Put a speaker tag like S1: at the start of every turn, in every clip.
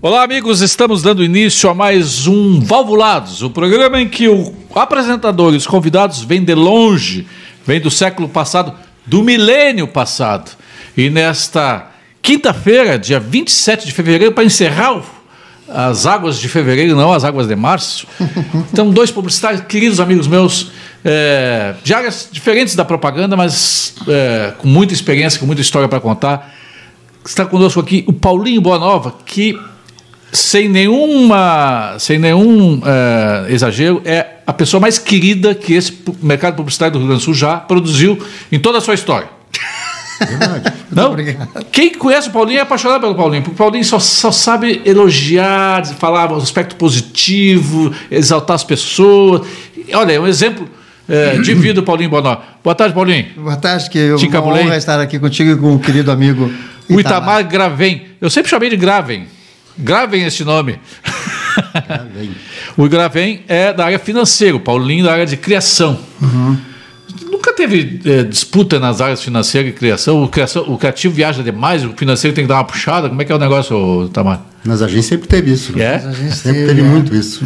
S1: Olá, amigos. Estamos dando início a mais um Valvulados, o programa em que o apresentador e os convidados vêm de longe, vêm do século passado, do milênio passado. E nesta quinta-feira, dia 27 de fevereiro, para encerrar o- as águas de fevereiro, não as águas de março, então dois publicitários, queridos amigos meus, é, de áreas diferentes da propaganda, mas é, com muita experiência, com muita história para contar. Está conosco aqui o Paulinho Boanova, que sem nenhuma, sem nenhum eh, exagero, é a pessoa mais querida que esse pu- mercado publicitário do Rio Grande do Sul já produziu em toda a sua história. Não? Quem conhece o Paulinho é apaixonado pelo Paulinho, porque o Paulinho só, só sabe elogiar, falar o aspecto positivo, exaltar as pessoas. Olha, é um exemplo eh, de vida do Paulinho Bonó. Boa tarde, Paulinho.
S2: Boa tarde, que eu
S1: Te
S2: uma
S1: encabulei?
S2: honra estar aqui contigo e com o querido amigo
S1: O Itamar Graven. Eu sempre chamei de Graven. Graven é esse nome. o Graven é da área financeira, o Paulinho da área de criação. Nunca teve eh, disputa nas áreas financeira e criação? O, criação? o criativo viaja demais, o financeiro tem que dar uma puxada. Como é que é o negócio, ô, Itamar?
S3: Nas agências sempre teve isso. né?
S1: É?
S2: A gente
S3: Sempre
S2: teve,
S3: teve
S2: é.
S3: muito isso.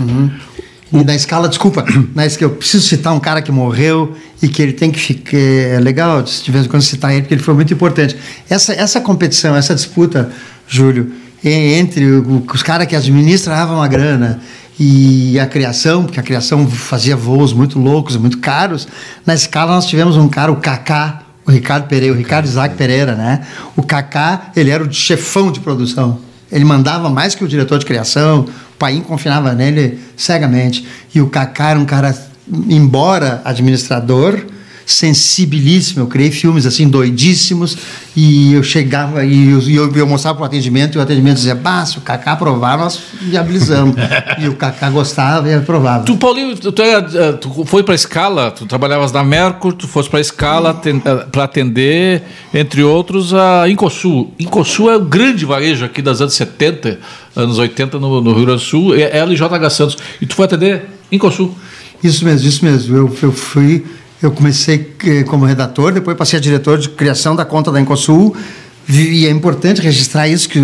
S2: E na escala, desculpa, na escala, eu preciso citar um cara que morreu e que ele tem que ficar. É legal de vez em quando citar ele, porque ele foi muito importante. Essa, essa competição, essa disputa, Júlio, e- entre o- os caras que administravam a grana e a criação, porque a criação fazia voos muito loucos, muito caros, na escala nós tivemos um cara, o Kaká. O Ricardo Pereira, o Ricardo Isaac Pereira, né? O Kaká, ele era o chefão de produção. Ele mandava mais que o diretor de criação, o Paim confiava nele cegamente. E o Kaká era um cara, embora administrador, sensibilíssimo. Eu criei filmes assim, doidíssimos, e eu chegava e eu, e eu, eu mostrava para o atendimento, e o atendimento dizia: Bah, se o Kaká aprovar, nós viabilizamos. e o Kaká gostava e aprovava.
S1: Tu, Paulinho, tu, tu era, eh, tu foi para a escala, tu trabalhavas na Mercur, tu foste para a escala para atender, entre outros, a Incosul. Incosul é o grande varejo aqui das anos 70, anos 80 no, no Rio Grande do Sul, é ela e JH Santos. E tu foi atender Incosul.
S2: Isso mesmo, isso mesmo. Eu, eu fui, eu comecei eh, como redator, depois passei a diretor de criação da conta da Encosul. Vi- E é importante registrar isso que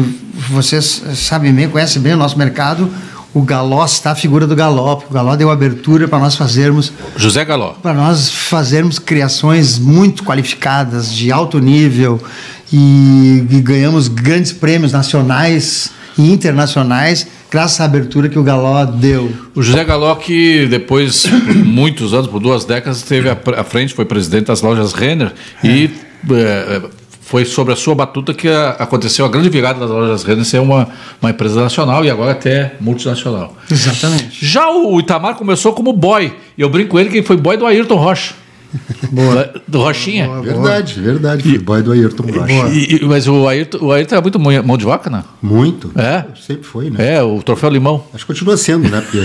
S2: vocês eh, sabem bem, conhecem bem o nosso mercado. O Galó está a figura do Galó, porque o Galó deu abertura para nós fazermos
S1: José Galó.
S2: para nós fazermos criações muito qualificadas, de alto nível, e, e ganhamos grandes prêmios nacionais e internacionais, graças à abertura que o Galó deu.
S1: O José Galó, que depois, por muitos anos, por duas décadas, teve à pr- à frente, foi presidente das lojas Renner e eh, foi sobre a sua batuta que a- aconteceu a grande virada das lojas Renner ser uma, uma empresa nacional e agora até multinacional.
S2: Exatamente.
S1: Já o Itamar começou como boy, e eu brinco com ele que ele foi boy do Ayrton Rocha. Boa. Do Rochinha.
S3: Verdade, verdade. Fui boy do Ayrton Rocha.
S1: E- e- mas o Ayrton, o Ayrton é muito mão mão de vaca, né?
S3: Muito.
S1: É?
S3: Sempre foi, né?
S1: É, o troféu limão.
S3: Acho que continua sendo, né? Porque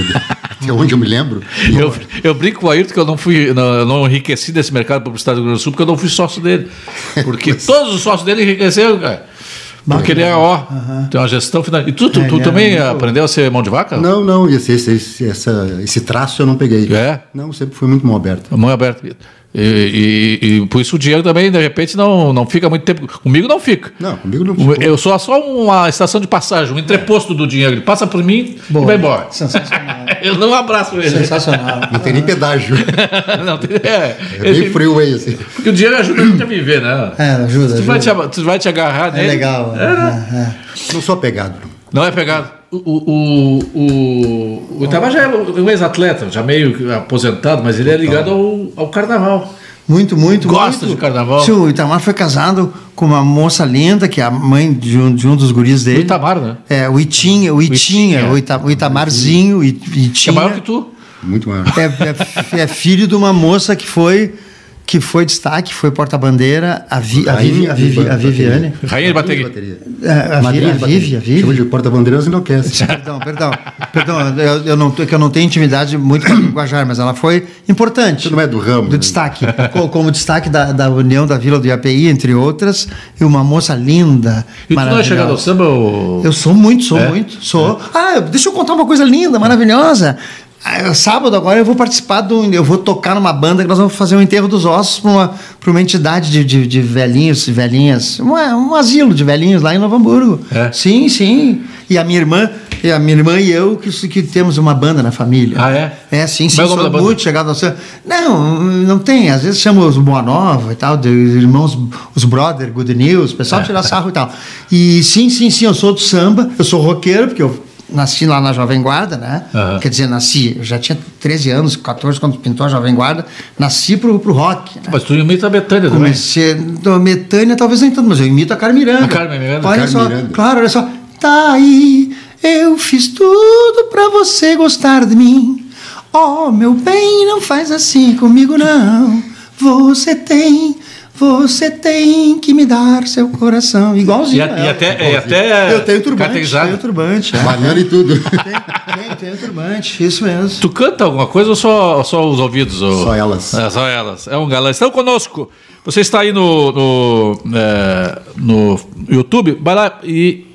S3: até onde eu me lembro.
S1: Eu, eu brinco com o Ayrton que eu não fui, não, eu não enriqueci desse mercado publicitário do Rio Grande do Sul porque eu não fui sócio dele. Porque todos os sócios dele enriqueceram, cara. Porque ele é ó, tem uma gestão final. E tu, tu,
S2: É,
S1: tu
S2: ele era
S1: também
S2: muito-
S1: aprendeu a ser mão de vaca?
S3: Não, não, esse, esse, esse, essa- esse traço eu não peguei.
S1: É?
S3: Não, sempre foi muito mão aberta.
S1: A mão é aberta. E, e- e por isso o dinheiro também, de repente, não, não fica muito tempo. Comigo não fica.
S3: Não, comigo não
S1: O-
S3: ficou.
S1: Eu sou só uma estação de passagem, um entreposto do dinheiro. Ele passa por mim e
S2: Boa.
S1: vai embora.
S2: Sensacional.
S1: Eu dou um abraço pra ele.
S2: Sensacional.
S3: Não tem nem pedágio.
S1: não, tem- é,
S3: É bem
S1: ele-
S3: freeway, assim.
S1: porque o dinheiro ajuda a gente a viver, né?
S2: É, ajuda.
S1: Tu vai, te,
S2: ajuda.
S1: ab- tu vai te agarrar
S2: É
S1: nele.
S2: legal.
S1: É, né?
S2: é, é.
S3: Não sou apegado.
S1: Não é pegado. O, o, o, o, o Itamar já é um ex-atleta, já meio que aposentado, mas ele é ligado ao, ao carnaval.
S2: Muito, muito,
S1: Gosta
S2: muito.
S1: de carnaval?
S2: Sim, o Itamar foi casado com uma moça linda, que é a mãe de um, de um dos guris dele.
S1: O Itamar, né?
S2: É, o Itinha, o Itinha,
S1: Itinha.
S2: o, Ita, o Itamarzinho, o It-
S1: Que é
S2: Itinha.
S1: maior que tu.
S3: Muito maior.
S2: É, é- é filho de uma moça que foi, que foi destaque, foi porta-bandeira, a, Vi- a, Vivi- a Vivi- a Viviane.
S1: Rainha de bateria.
S2: É, A, Vi,
S3: Madrinha
S2: a
S3: de
S2: Vivi,
S3: bateria.
S2: a Vivi.
S3: Chama de porta-bandeiras e enlouquece.
S2: Perdão, perdão, perdão, eu, eu não, tô- é que eu não tenho intimidade muito com a Guajar, mas ela foi importante.
S3: Você não é do ramo,
S2: Do
S3: né?
S2: destaque, co- como, destaque da, da união da Vila do IAPI, entre outras, e uma moça linda,
S1: E tu não é
S2: maravilhosa.
S1: chegado ao samba, ô- É?
S2: Eu sou muito, sou muito, sou. Ah, deixa eu contar uma coisa linda, maravilhosa. Ah, Sábado agora eu vou participar do. Eu vou tocar numa banda que nós vamos fazer um enterro dos ossos para uma, pra uma entidade de, de, de velhinhos e velhinhas. uma- um asilo de velhinhos lá em Novo Hamburgo.
S1: É?
S2: Sim, sim. E a minha irmã, e a minha irmã e eu que, s- que temos uma banda na família.
S1: Ah, é?
S2: É, sim, sim.
S1: Como é o nome
S2: sou
S1: da banda?
S2: muito chegado ao seu. Não, não tem. Às vezes chama os Boa Nova e tal, de irmãos, os brother, good news, o pessoal tira sarro e tal. E sim, sim, sim, eu sou do samba, eu sou roqueiro, porque eu nasci lá na Jovem Guarda, né?
S1: Aham.
S2: Quer dizer, nasci, eu já tinha 13 anos, 14 quando pintou a Jovem Guarda, nasci pro, pro rock. né?
S1: Mas tu imita a Betânia também.
S2: Comecei do Metânia, talvez nem tanto, mas eu imito a Carmen Miranda.
S1: A Carmen Miranda,
S2: Olha
S3: Carmen
S2: só,
S3: Miranda.
S2: claro, olha só. Tá aí, eu fiz tudo pra você gostar de mim. Oh, meu bem, não faz assim comigo não. Você tem, você tem que me dar seu coração.
S1: E,
S2: Igualzinho.
S1: a-
S2: a
S1: e
S2: ela.
S1: até, e até.
S2: Eu tenho turbante,
S1: categorizado.
S2: tenho turbante. é.
S3: Banana e tudo.
S2: Tem, tem turbante, isso mesmo.
S1: Tu canta alguma coisa ou só, ou só os ouvidos? ô?
S3: Só elas.
S1: É, só elas. É um galã. Estão conosco. Você está aí no, no, é, no YouTube, vai lá e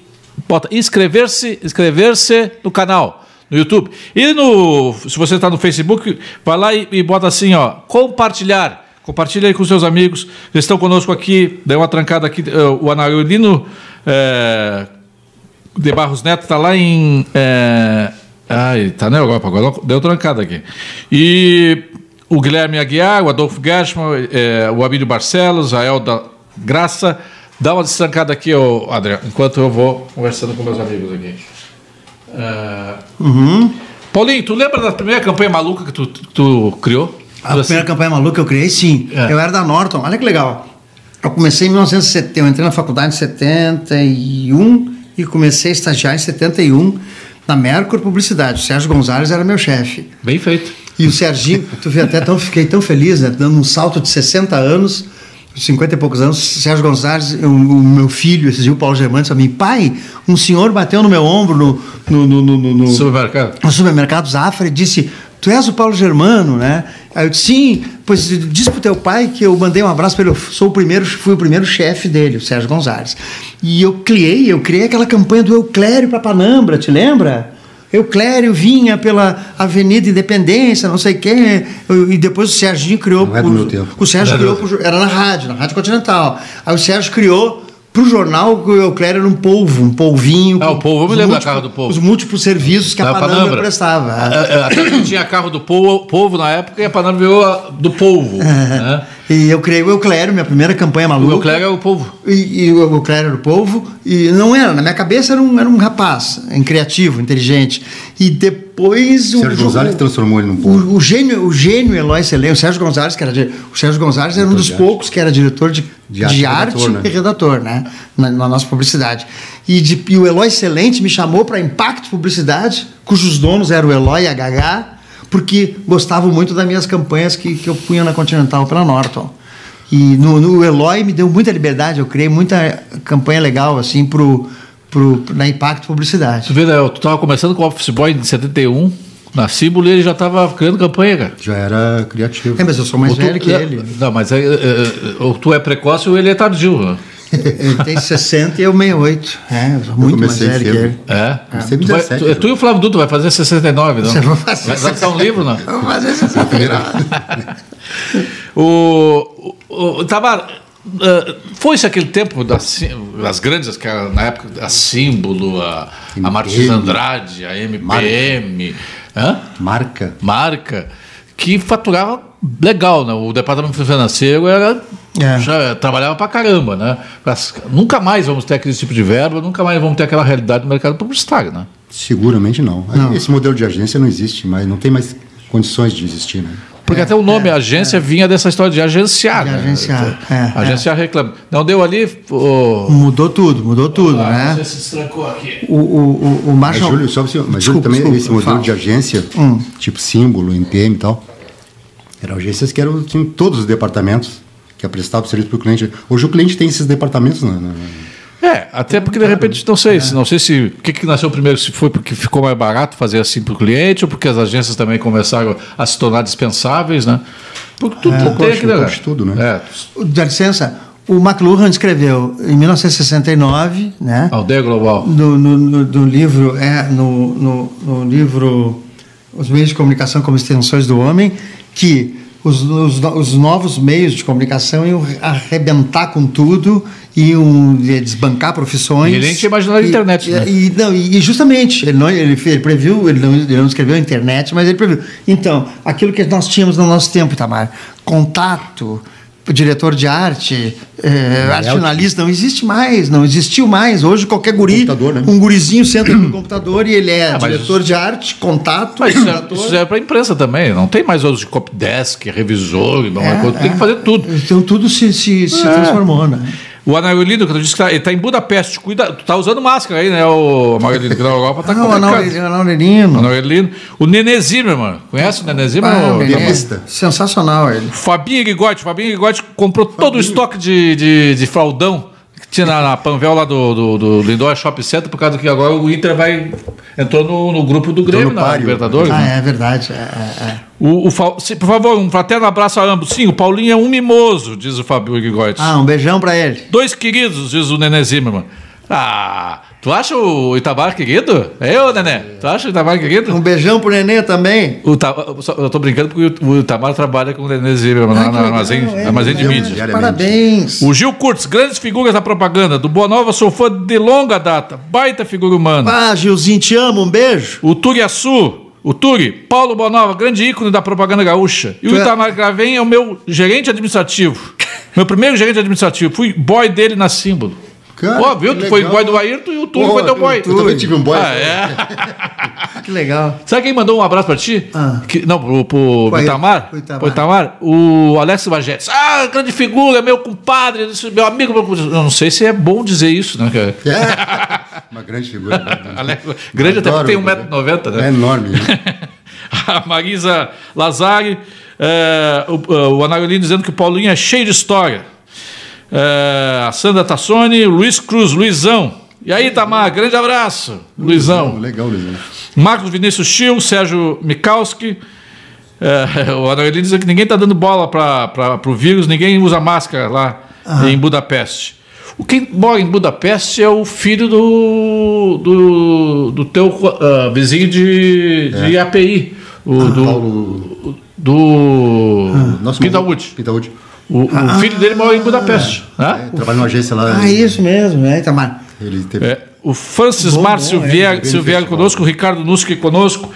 S1: bota inscrever-se, inscrever-se no canal. No YouTube. E no. Se você está no Facebook, vai lá e, e bota assim, ó. Compartilhar. Compartilha aí com seus amigos. Eles estão conosco aqui. Deu uma trancada aqui. eh, O Anaulino. É, de Barros Neto está lá em. É... Ai, tá na Europa agora, deu trancada aqui. E o Guilherme Aguiar, o Adolfo Gershman, é, o Abílio Barcelos, a Elda Graça. Dá uma destrancada aqui, ô, Adriano, enquanto eu vou conversando com meus amigos aqui. É,
S2: Uhum.
S1: Paulinho, tu lembra da primeira campanha maluca que tu, que tu criou? Assim,
S2: A
S1: Tu
S2: primeira campanha maluca que eu criei, sim.
S1: É.
S2: Eu era da Norton, olha que legal. Eu comecei em 1970, eu entrei na faculdade em 71 e comecei a estagiar em 71 na Mercur Publicidade. O Sérgio Gonzalez era meu chefe.
S1: assim, Bem feito.
S2: E o Serginho, tu vê até, tão, fiquei tão feliz, né? Dando um salto de 60 anos, 50 e poucos anos, Sérgio Gonzalez, o, o meu filho, esse dia o Paulo Germano, disse a mim, pai, um senhor bateu no meu ombro no- no- no- no- no, no,
S1: Supermercado.
S2: no supermercado Zafra e disse: Tu és o Paulo Germano, né? Aí eu disse: Sim, pois diz pro teu pai que eu mandei um abraço para ele. Eu sou o primeiro, fui o primeiro chefe dele, o Sérgio Gonzalez. E eu criei, eu criei aquela campanha do Euclério para Panambra, te lembra? Euclério vinha pela Avenida Independência, não sei o quê, e depois o Serginho criou.
S3: Não é do
S2: pro-
S3: meu tempo.
S2: O Sérgio
S1: Não é do
S2: criou. pro jo- Era na rádio, na Rádio Continental. Aí o Sérgio criou. Pro jornal, que o Euclério era um polvo, um polvinho.
S1: Ah,
S2: com
S1: o polvo, eu me
S2: os
S1: lembro da
S2: múltiplos-
S1: cara do polvo.
S2: Os múltiplos serviços que
S1: Da
S2: a Panambra
S1: Panambra.
S2: prestava.
S3: Ah,
S1: É, é, Até que tinha carro do povo, povo na época e a Panamá veio a- do
S2: É.
S1: povo. né?
S3: é.
S2: E eu criei o Euclério, minha primeira campanha
S1: O
S2: maluca.
S1: meu colega é o povo.
S2: E, e o Euclério era o povo. E não era, na minha cabeça era um, era um rapaz, um criativo, inteligente. E depois o.
S3: Sérgio Gonzalez transformou ele num povo.
S2: O, o gênio, o gênio Eloy Selen, o Sérgio Gonzalez, que era di- o Sérgio Gonzalez era um dos
S3: de arte.
S2: poucos que era diretor de,
S3: De arte
S2: de
S3: e
S2: arte
S3: redator, né?
S2: e redator, né? Na, na nossa publicidade. E, de- e o Eloy Celente me chamou para Impacto Publicidade, cujos donos eram o Eloy e a Gagá, porque gostavam muito das minhas campanhas que, que eu punha na Continental pela Norton. E no, no o Eloy me deu muita liberdade, eu criei muita campanha legal, assim, pro, pro, na Impacto
S1: Tu
S2: Publicidade.
S1: vê, né, tu tava começando com o Office Boy em 71, na Símbolo, e ele já tava criando campanha, cara.
S3: Já era criativo.
S2: É, mas eu sou mais
S1: Ou tu-
S2: velho que
S1: é,
S2: ele. né?
S1: Não, mas é, é, é, ou tu é precoce ou ele é tardio. né?
S2: Ele tem 60 e eu 68. É, eu sou muito mais
S3: comecei
S2: velho que
S3: cedo.
S2: ele.
S1: É.
S3: Você é
S1: Tu, vai-
S3: 17,
S1: tu- é tu e
S3: né?
S1: o Flávio Duto vai fazer 69, não?
S2: Você vai fazer
S1: Vai lançar um livro, não?
S2: Vamos fazer essa
S1: O, o, o Tamar, ah, foi-se aquele tempo das sí- as grandes, que era na época, a Símbolo, a, a
S3: MPM.
S1: Martins Andrade, a MPM, hã?
S3: É. Marca.
S1: marca, que faturava legal, né? O departamento financeiro era.
S2: É.
S1: já trabalhava pra caramba, né? Mas nunca mais vamos ter aquele tipo de verba, nunca mais vamos ter aquela realidade do mercado publicitário, né?
S3: Seguramente não. Esse modelo de agência não existe mais, não tem mais condições de existir, né?
S1: Porque até o nome agência vinha dessa história de agenciar.
S2: É, De
S1: né?
S2: agenciar, é,
S1: agenciar reclama. Não deu ali. ô-
S2: Mudou tudo, mudou tudo,
S1: Ah,
S2: né?
S1: se destrancou aqui.
S2: O, o, o, o
S3: Mas,
S2: Marshall.
S3: Júlio, só pra você, mas
S2: Ah,
S3: Júlio,
S2: Desculpa,
S3: também
S2: desculpa,
S3: esse modelo
S2: fala. Hum.
S3: de agência, tipo símbolo, MPM e tal, eram agências que eram, tinham todos os departamentos que prestavam serviço para o cliente. Hoje o cliente tem esses departamentos, né? né, né.
S1: É, até porque de repente, não sei, se- não sei se o que, que nasceu primeiro, se foi porque ficou mais barato fazer assim para o cliente ou porque as agências também começaram a se tornar dispensáveis, né? Porque tudo tem
S3: Coxa,
S1: aquele
S3: coxa
S1: negócio.
S3: tudo, né?
S1: É,
S2: Dá licença, o McLuhan escreveu em 1969, né?
S3: Ah.
S1: aldeia global.
S2: No, no, no- no livro, é, no, no, no livro os meios de comunicação como extensões do homem, que os, os, os novos meios de comunicação iam arrebentar com tudo, iam eh, desbancar profissões.
S1: Ele nem tinha imaginado a
S2: E- é,
S1: internet,
S2: e,
S1: né?
S2: e, não, e, e justamente, ele, não, ele, ele previu, ele não, ele não escreveu a internet, mas ele previu. Então, aquilo que nós tínhamos no nosso tempo, Itamar, contato, diretor de arte, eh, arte finalista, não existe mais, não existiu mais. Hoje qualquer guri,
S3: Computador, né?
S2: um gurizinho senta no computador e ele é,
S1: Ah, mas
S2: diretor de arte, contato,
S1: Mas isso, é,
S2: ator.
S1: isso é para imprensa também. Não tem mais hoje copy desk, revisor, não é,
S2: É,
S1: coisa. tem
S2: é.
S1: que fazer tudo. É.
S2: Então tudo se, se, se transformou, né?
S1: O Anaurolino, que tu disse que tá, ele tá em Budapeste, cuida, tu tá usando máscara aí, né? O Amaurolino, que na Europa tá
S2: Ah, o
S1: complicado. O
S2: Anaurelino.
S1: Anaurolino. O Nenê Zimmermann, conhece é o Nenê
S2: Ah,
S1: Zimmermann? ô, Tamara?
S3: pianista.
S2: é Sensacional ele.
S1: Fabinho Rigotti, Fabinho Rigotti comprou todo o estoque de, de, de fraldão que tinha na, na Panvel lá do, do, do Lindóia Shopping Center, por causa que agora o Inter vai. entrou no, no grupo do Grêmio,
S3: no
S1: na
S3: páreo.
S1: Libertadores.
S2: Ah,
S1: né?
S2: é verdade. é, é, é.
S1: O, o Fa- se- por favor, um fraterno abraço a ambos. Sim, o Paulinho é um mimoso, diz o Fabinho Rigotti.
S2: Ah, um beijão pra ele.
S1: Dois queridos, diz o Nenê Zimmermann. Ah, tu acha o Itamar querido? É eu, Nenê. Tu acha o Itamar
S2: Um
S1: querido?
S2: beijão pro Nenê também.
S1: O Ta- eu só- eu tô brincando porque o Itamar trabalha com o Nenê Zimmermann lá
S2: Ah, que
S1: na
S2: legal,
S1: armazém,
S2: é,
S1: armazém de
S2: né?
S1: mídia.
S3: diariamente.
S2: Parabéns.
S1: O Gil Kurtz, grandes figuras da propaganda. Do Boa Nova, sou fã de longa data. Baita figura humana.
S2: Ah, Gilzinho, te amo, um beijo.
S1: O Turiaçu, o Turi, Paulo Boa Nova, grande ícone da propaganda gaúcha. E o
S2: Tu é-
S1: Itamar Gravem é o meu gerente administrativo. Meu primeiro gerente administrativo. Fui boy dele na símbolo.
S3: Cara,
S1: Ó, viu?
S3: que
S1: Tu foi
S3: legal.
S1: boy do Ayrton e o Turi
S3: Pô,
S1: foi teu
S3: eu-
S1: boy.
S3: Eu também tive um boy.
S1: Ah, é?
S2: Ah, Que legal.
S1: Sabe quem mandou um abraço pra ti?
S2: Ah.
S1: Que- não, pro, pro, pro
S2: Ayrton,
S1: Itamar?
S2: pro Itamar.
S1: Pro Itamar? O Alex Bagetes. Ah, grande figura, meu compadre, esse- meu amigo. Meu... Eu não sei se é bom dizer isso, né, cara?
S3: É. Uma grande figura.
S1: Alex, grande até
S3: Adoro,
S1: porque tem 1,90m,
S3: É
S1: né?
S3: enorme. né?
S1: A Marisa Lazari, é, o, o Anarolino dizendo que o Paulinho é cheio de história. É, a Sandra Tassoni, Luiz Cruz, Luizão. E aí, Tamar, grande abraço, Luizão.
S3: Legal, Luizão.
S1: Marcos Vinícius Chil, Sérgio Mikowski. É, o Anarolino dizendo que ninguém está dando bola para o vírus, ninguém usa máscara lá em Budapeste. O quem mora em Budapeste é o filho do, do, do teu ah, vizinho de, de API. O, do,
S3: É. Ah, Paulo- Ah,
S1: do
S3: Nosso Ah,
S1: Pindaúd.
S3: Pintaúd.
S1: O, o filho dele mora em Budapeste. né?
S3: É, Trabalha numa agência lá.
S2: Ah, isso mesmo, né, Itamar?
S3: Ele teve.
S1: É, o Francis
S2: Bom,
S1: Mar
S2: bom,
S1: Silvier,
S3: é,
S1: Silvier
S3: festival.
S1: conosco, o Ricardo Nusque conosco.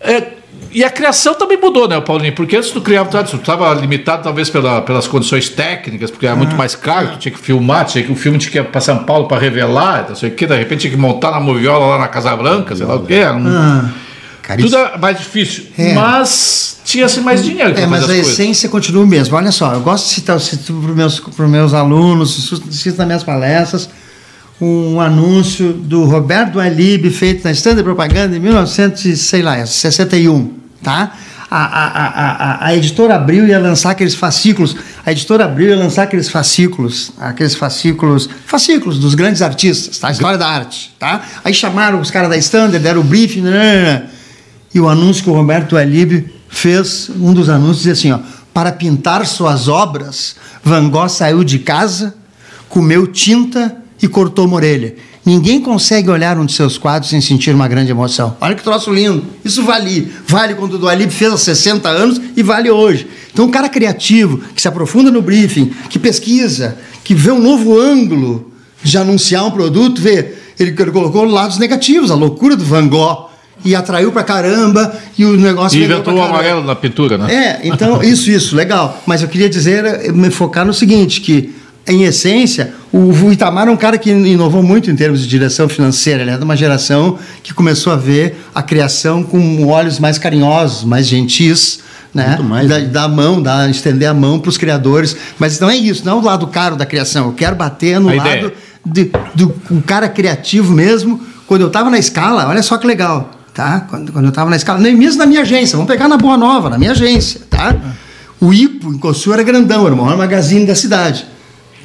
S1: É, e a criação também mudou, né, Paulinho? Porque antes tu criava, tu estava limitado talvez pela- pelas condições técnicas, porque era muito
S2: Ah.
S1: mais caro, tu tinha que filmar, tinha que, o filme tinha que ir para São Paulo para revelar, não sei o quê, de repente tinha que montar na moviola lá na Casa Branca, sei lá o quê. era um-
S2: Ah,
S3: Caríssimo.
S1: tudo era mais difícil.
S2: É.
S1: Mas tinha-se mais dinheiro para
S2: é, mas
S1: fazer
S2: a
S1: as coisas.
S2: essência continua o mesmo. Olha só, eu gosto de citar para os meus, pros meus alunos, cito cito nas minhas palestras, um anúncio do Roberto Alib feito na estante de propaganda em 1961, tá? A, a, a, a, a editora abriu e ia lançar aqueles fascículos. A editora abriu e ia lançar aqueles fascículos, aqueles fascículos, fascículos dos grandes artistas, tá? História da arte, tá? Aí chamaram os caras da Standard, deram o briefing, nananana. E o anúncio que o Roberto Alib fez, um dos anúncios, dizia assim: ó, para pintar suas obras, Van Gogh saiu de casa, comeu tinta e cortou uma orelha. Ninguém consegue olhar um de seus quadros sem sentir uma grande emoção. Olha que troço lindo. Isso vale. Vale quando o Dualib fez há 60 anos e vale hoje. Então, um cara criativo, que se aprofunda no briefing, que pesquisa, que vê um novo ângulo de anunciar um produto, vê. Ele colocou lados negativos, a loucura do Van Gogh. E atraiu pra caramba, e o negócio.
S1: E
S2: vendeu
S1: inventou o
S2: pra caramba.
S1: amarelo na pintura, né?
S2: É, então, isso, isso, legal. Mas eu queria dizer, eh, me focar no seguinte, que, em essência, o Itamar é um cara que inovou muito em termos de direção financeira. Ele é de uma geração que começou a ver a criação com olhos mais carinhosos, mais gentis, né?
S3: Muito mais,
S2: Da,
S3: né?
S2: dar a mão, dar, estender a mão para os criadores. Mas não é isso, não é o lado caro da criação. Eu quero bater no
S1: A
S2: um lado
S1: ideia.
S2: de- do um cara criativo mesmo. Quando eu estava na escala, olha só que legal, tá? Quando, quando eu estava na escala, nem mesmo na minha agência, vamos pegar na Boa Nova, na minha agência, tá? O IPO, em Consul, era grandão, era o maior magazine da cidade,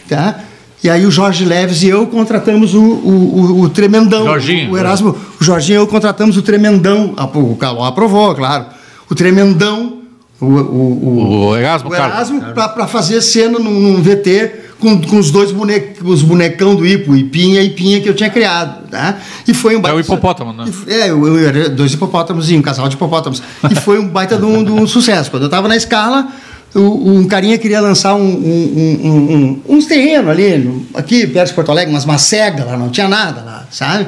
S2: tá? E aí o Jorge Leves e eu contratamos o, o, o- o tremendão,
S1: Jorginho.
S2: o Erasmo, o Jorginho e eu contratamos o tremendão, a- o Caló aprovou, claro, o tremendão, o- o- o
S1: O Erasmo,
S2: o
S1: Carlos.
S2: Erasmo para fazer cena num, num VT com, com os dois bone- os bonecão do Ipo, Ipinha e Pinha, que eu tinha criado. Tá? E foi um
S1: É
S2: baita.
S1: o hipopótamo, né?
S2: E f- É, eu, eu era dois hipopótamos e um casal de hipopótamos. E foi um baita de um, de um sucesso. Quando eu estava na escala, o- um carinha queria lançar um, um, um, um- um- uns terrenos ali, no- aqui perto de Porto Alegre, umas macegas lá, não tinha nada lá, sabe?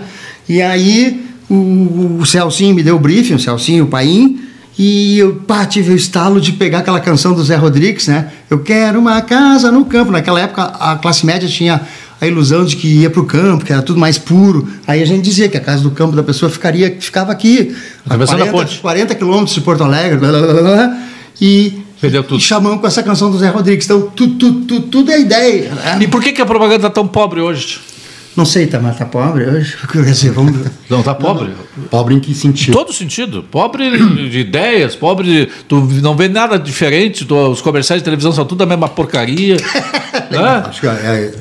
S2: E aí o, o Celcinho me deu o briefing, o Celcinho, o Paim, e eu pá, tive o estalo de pegar aquela canção do Zé Rodrigues, né? Eu quero uma casa no campo. Naquela época a classe média tinha a ilusão de que ia para o campo, que era tudo mais puro. Aí a gente dizia que a casa do campo da pessoa ficaria, ficava aqui, a
S1: Atravessando a
S2: 40,
S1: ponte.
S2: 40 quilômetros de Porto Alegre, blá, blá, blá, blá, blá, e
S1: Perdeu tudo.
S2: e chamamos com essa canção do Zé Rodrigues. Então, tudo, tudo, tudo, tudo é ideia. né?
S1: E por que, que a propaganda tá tão pobre hoje?
S2: Não sei, Tamar, tá pobre hoje? Quer dizer, vamos ver.
S1: Não, tá pobre?
S3: Pobre em que
S1: Em
S3: sentido?
S1: todo sentido. Pobre de ideias, pobre de. Tu não vê nada diferente, tu- os comerciais de televisão são tudo a mesma porcaria. né?
S3: Acho que é,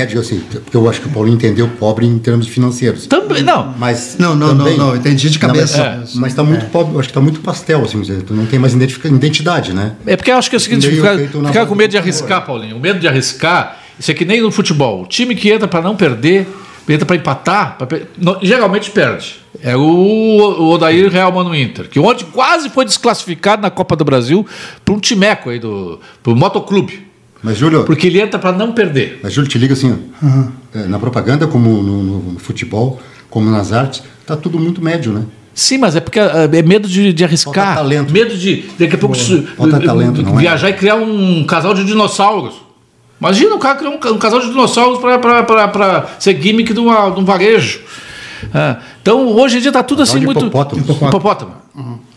S3: é, digo assim, porque eu acho que o Paulo entendeu pobre em termos financeiros.
S1: Também, não.
S3: Mas
S2: Não, não,
S3: também-
S2: não, não, entendi de cabeça. É.
S3: Não,
S1: É.
S3: mas, mas tá muito pobre, acho que tá muito pastel, assim, quer dizer, tu não tem mais identifica- identidade, né?
S1: É porque eu acho que é o seguinte,
S3: Meio
S1: ficar,
S3: feito na
S1: ficar com
S3: base
S1: medo de
S3: do futebol,
S1: arriscar, Paulinho. O medo de arriscar, isso é que nem no futebol. O time que entra para não perder, entra para empatar, pra per- não- geralmente perde. É o, o Odair Real Mano Inter, que ontem quase foi desclassificado na Copa do Brasil para um timeco aí do pro motoclube.
S3: Mas, Júlio,
S1: Porque ele entra para não perder.
S3: mas, Júlio te liga assim, ó, é, na propaganda, como no, no- no futebol, como nas artes, tá tudo muito médio, né?
S1: Sim, mas é porque ah, é medo de, de arriscar.
S3: Falta talento.
S1: Medo de, daqui a pouco, su-
S3: Falta talento, não é?
S1: viajar e criar um casal de dinossauros. Imagina o cara criar um, ca- um casal de dinossauros para ser gimmick de, uma- de um varejo. Ah, então, hoje em dia tá tudo
S3: Casal
S1: assim
S3: de
S1: muito.
S3: hipopótamos.
S1: Hipopótamo.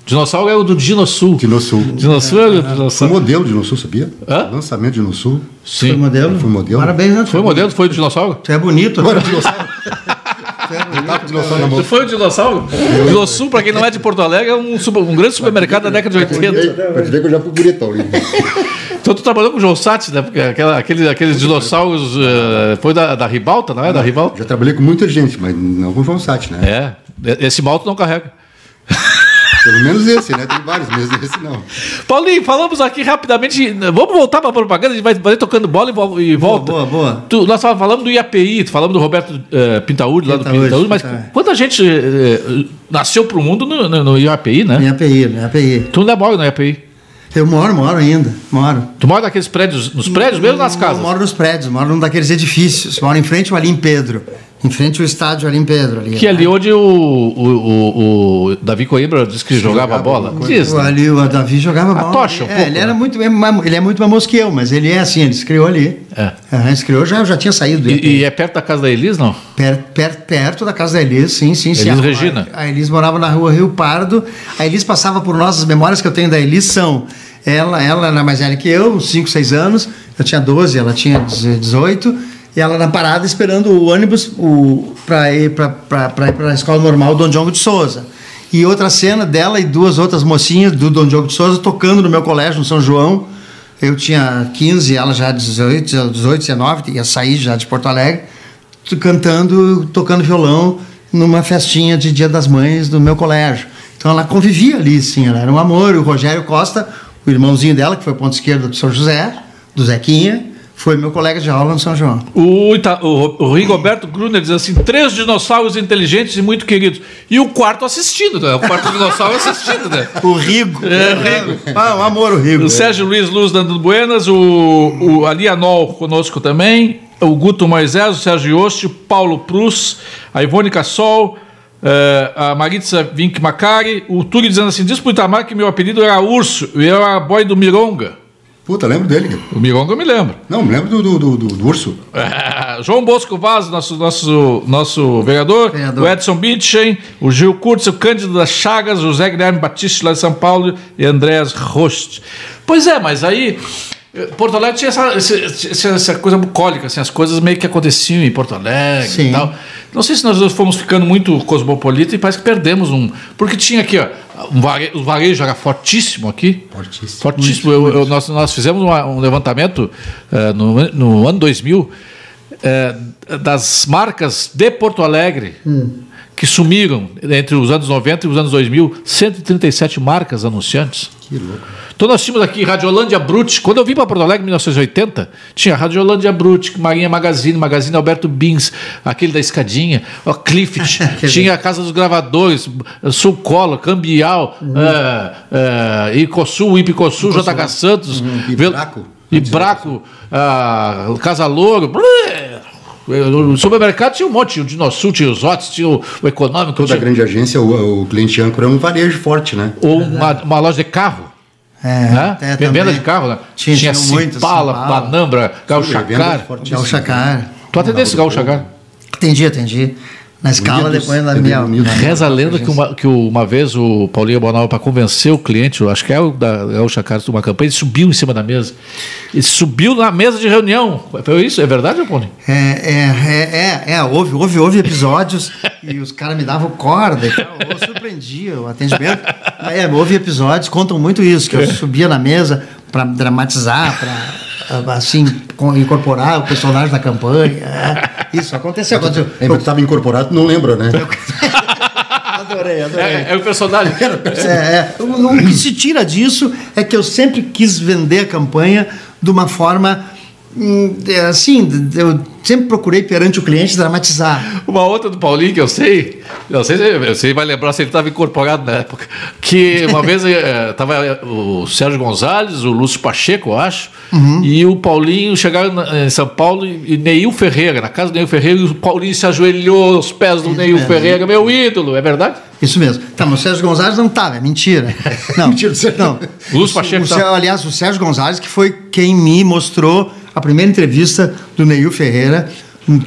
S1: Dinossauro é o do Dinossul.
S3: Dinossul.
S1: Dinossauro é o do
S3: Foi
S1: dinossauro.
S3: Um modelo de Dinossul, sabia?
S1: Hã?
S3: Lançamento de Dinossul.
S2: Foi
S1: Sim.
S2: modelo?
S3: Foi modelo.
S2: Parabéns, né?
S1: Foi o modelo? Foi o dinossauro?
S2: Tu é bonito.
S3: Agora o dinossauro. Tá com o dinossauro na mão.
S1: Foi o dinossauro? O Dinossul, para quem não é de Porto Alegre, é um, super- um grande supermercado da década de 80.
S3: Pra te ver que eu já fui bonito, Paulinho.
S1: Então tu trabalhou com o João Sati, né? Porque aquela, aquele, aqueles dinossauros. eh, foi da, da Ribalta, não é? Da Ribalta?
S3: Já trabalhei com muita gente, mas não com o João Sati, né?
S1: É. E- Esse mal tu não carrega.
S3: Pelo menos esse, né? Tem vários, mas esse não.
S1: Paulinho, falamos aqui rapidamente. Vamos voltar pra propaganda, a gente vai, vai tocando bola e, vol- e volta.
S2: boa, boa.
S1: Tu- nós tava falando do IAPI, tu falamos do Roberto eh, Pintaúdi, lá do
S2: Pintaúdi,
S1: Pintaúdi, mas
S2: Pintaúdi.
S1: quanta gente eh, eh, nasceu pro mundo no, no, no IAPI, né?
S2: Minha API, minha API.
S1: Tu não é mora no IAPI.
S2: Eu moro, moro ainda, moro.
S1: Tu mora naqueles prédios, nos prédios mesmo, nas
S2: Eu
S1: casas.
S2: moro nos prédios, moro num daqueles edifícios. Moro em frente ao Alim Pedro. Em frente ao estádio Alim Pedro. Ali,
S1: Que é
S2: né?
S1: ali onde o, o, o- o Davi Coimbra disse que jogava,
S3: jogava
S1: bola.
S3: alguma coisa.
S1: Diz, né?
S2: Ali o Davi jogava bola.
S1: Atocha um
S2: é,
S1: pouco,
S2: ele
S1: né?
S2: era muito, é ma- ele é muito mais moço que eu, mas ele é assim, ele se criou ali.
S1: É.
S2: Aham, se criou, já, já tinha saído do
S1: E, e é perto da casa da Elis, não?
S2: Per- per- perto da casa da Elis, sim, sim, sim.
S1: Elis
S2: A-
S1: Regina.
S2: A, Elis morava na rua Rio Pardo. A Elis passava por nós, as memórias que eu tenho da Elis são. Ela, ela era mais velha que eu, 5, 6 anos. Eu tinha 12, ela tinha 18. E ela na parada esperando o ônibus o, para ir para a escola normal Dom Diogo de Souza. E outra cena dela e duas outras mocinhas do Dom Diogo de Souza tocando no meu colégio, no São João. Eu tinha 15, ela já 18, 18 19, ia sair já de Porto Alegre t- cantando, tocando violão numa festinha de Dia das Mães do meu colégio. Então ela convivia ali, sim, ela era um amor. E O Rogério Costa, o irmãozinho dela, que foi ponto esquerdo do São José, do Zequinha, foi meu colega de aula no São João.
S1: O, Ita, o, o Rigoberto Gruner diz assim: três dinossauros inteligentes e muito queridos. E o quarto assistindo, né? O quarto dinossauro assistindo, né?
S2: O Rigo.
S1: É, o Rigo.
S2: Ah, um amor, o Rigo.
S1: O Sérgio Luiz Luz dando buenas, o, o Alianol conosco também, o Guto Moisés, o Sérgio Yost, o Paulo Prus, a Ivone Cassol, eh, a Maritza Vink Macari, o Túlio dizendo assim: diz pro Itamar que meu apelido era Urso e eu era boy do Mironga.
S3: Puta, lembro dele, cara.
S1: O Mironga eu me lembro.
S3: Não, me lembro do, do, do- do- do urso.
S1: Ah, João Bosco Vaz, nosso, nosso, nosso vereador,
S2: Vereador.
S1: o Edson Bitchen, o Gil Curtis, o Cândido das Chagas, o José Guilherme Batista lá de São Paulo e Andréas Rost. Pois é, mas aí eh, Porto Alegre tinha essa, esse- esse- essa coisa bucólica, assim, as coisas meio que aconteciam em Porto Alegre e
S2: Sim.
S1: tal. Não sei se nós dois fomos ficando muito cosmopolita e parece que perdemos um. Porque tinha aqui, ó, um vare, o varejo era fortíssimo aqui.
S3: Fortíssimo.
S1: Fortíssimo. Eu- eu- nós, nós fizemos uma- um levantamento eh, no, an- no ano 2000 eh, das marcas de Porto Alegre que sumiram entre os anos 90 e os anos 2000, 137 marcas anunciantes.
S3: Que louco.
S1: Então nós tínhamos aqui Radiolândia Brut. Quando eu vim para Porto Alegre em 1980, tinha Radiolândia Brut, Marinha Magazine, Magazine Alberto Bins, aquele da escadinha, o Cliffit, tinha a Casa dos Gravadores, Sulcola, Cambial,
S3: Uhum.
S1: eh, eh, Icosul, Ipicosul,
S3: né?
S1: JK Santos,
S3: Uhum.
S1: Vel-
S3: Ibraco.
S1: Ibraco, ah, Casa Louro. blé. No supermercado tinha um monte, tinha o Dinossul, tinha os Otis, tinha o, o Econômico,
S3: Toda
S1: tinha
S3: grande agência, o, o cliente âncora é um varejo forte, né?
S1: ou uma, uma loja de carro.
S2: É,
S1: né?
S2: até
S1: Venda
S2: também.
S1: de carro, né?
S2: Tinha,
S1: Tinha,
S2: tinha muito, assim,
S1: Simpala,
S2: Simpala.
S1: Banambra, Gaúcho
S3: Foi,
S1: Chacar.
S3: vendas fortes.
S2: Gal Chacar.
S1: Tu atendesse Gaúcho Chacar?
S2: Atendi, atendi. Na escala,
S3: Unidos,
S2: depois na
S3: TV
S2: minha.
S3: Unidos.
S1: Reza a lenda que uma, que uma vez o Paulinho Bonal, para convencer o cliente, eu acho que é o da Gaúcho Chacar, de uma campanha, ele subiu em cima da mesa. Ele subiu na mesa de reunião. Foi isso? É verdade, Paulinho?
S2: É, é, é, é, é, houve, houve, houve episódios e os caras me davam corda e tal. Eu surpreendia o atendimento. Mas, é, houve episódios, contam muito isso, que eu subia na mesa para dramatizar, para assim, com- incorporar o personagem da campanha. É, isso aconteceu. aconteceu.
S3: Lembra que estava É, incorporado, não lembra, né?
S2: adorei, adorei.
S1: É, é o personagem.
S2: É, é. O, o que se tira disso é que eu sempre quis vender a campanha de uma forma hum, é, assim, de- de- eu sempre procurei perante o cliente dramatizar.
S1: Uma outra do Paulinho que eu sei, não sei se você vai lembrar se ele estava incorporado na época, que uma vez estava o Sérgio Gonzalez, o Lúcio Pacheco, eu acho,
S2: Uhum.
S1: e o Paulinho chegaram na- em São Paulo e e Neil Ferreira, na casa do Neil Ferreira, e o Paulinho se ajoelhou aos pés do Neil
S2: mesmo.
S1: Ferreira, meu ídolo, é verdade?
S2: Isso mesmo. Tá, mas o Sérgio Gonzalez não estava, é mentira. Não,
S3: Mentira, Sérgio.
S2: não.
S1: Lúcio Pacheco tá-
S2: O Sé- aliás, o Sérgio Gonzalez, que foi quem me mostrou a primeira entrevista do Neil Ferreira,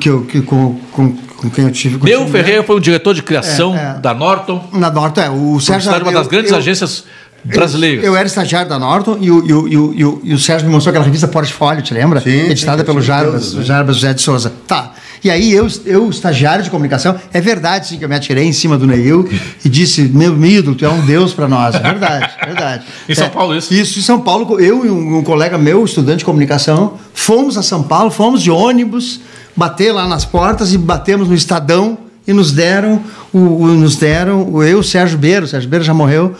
S2: que eu, que, com, com, com quem eu tive. com
S1: Neil
S2: quem eu-
S1: Ferreira foi o diretor de criação
S2: É, é.
S1: da Norton,
S2: Na Norton, é. O Sérgio
S1: publicidade, uma das
S2: eu-
S1: grandes
S2: eu-
S1: agências brasileiras.
S2: Eu era estagiário da Norton e o, e o, e o, e o, e o Sérgio me mostrou aquela revista Portfólio, te lembra?
S3: Sim,
S2: Editada
S3: sim,
S2: pelo
S3: sim,
S2: Jarbas,
S3: todas, né?
S2: Jarbas José de Souza. Tá. E aí eu, eu, estagiário de comunicação, é verdade sim que eu me atirei em cima do Neil e disse, meu ídolo, tu é um deus pra nós. É verdade, é verdade.
S1: Em São
S2: É,
S1: Paulo, isso?
S2: Isso, em São Paulo, eu e um, um colega meu, estudante de comunicação, fomos a São Paulo, fomos de ônibus, bater lá nas portas e batemos no Estadão e nos deram, o, o- nos deram, o, eu, o Sérgio Beiro, o Sérgio Beiro já morreu,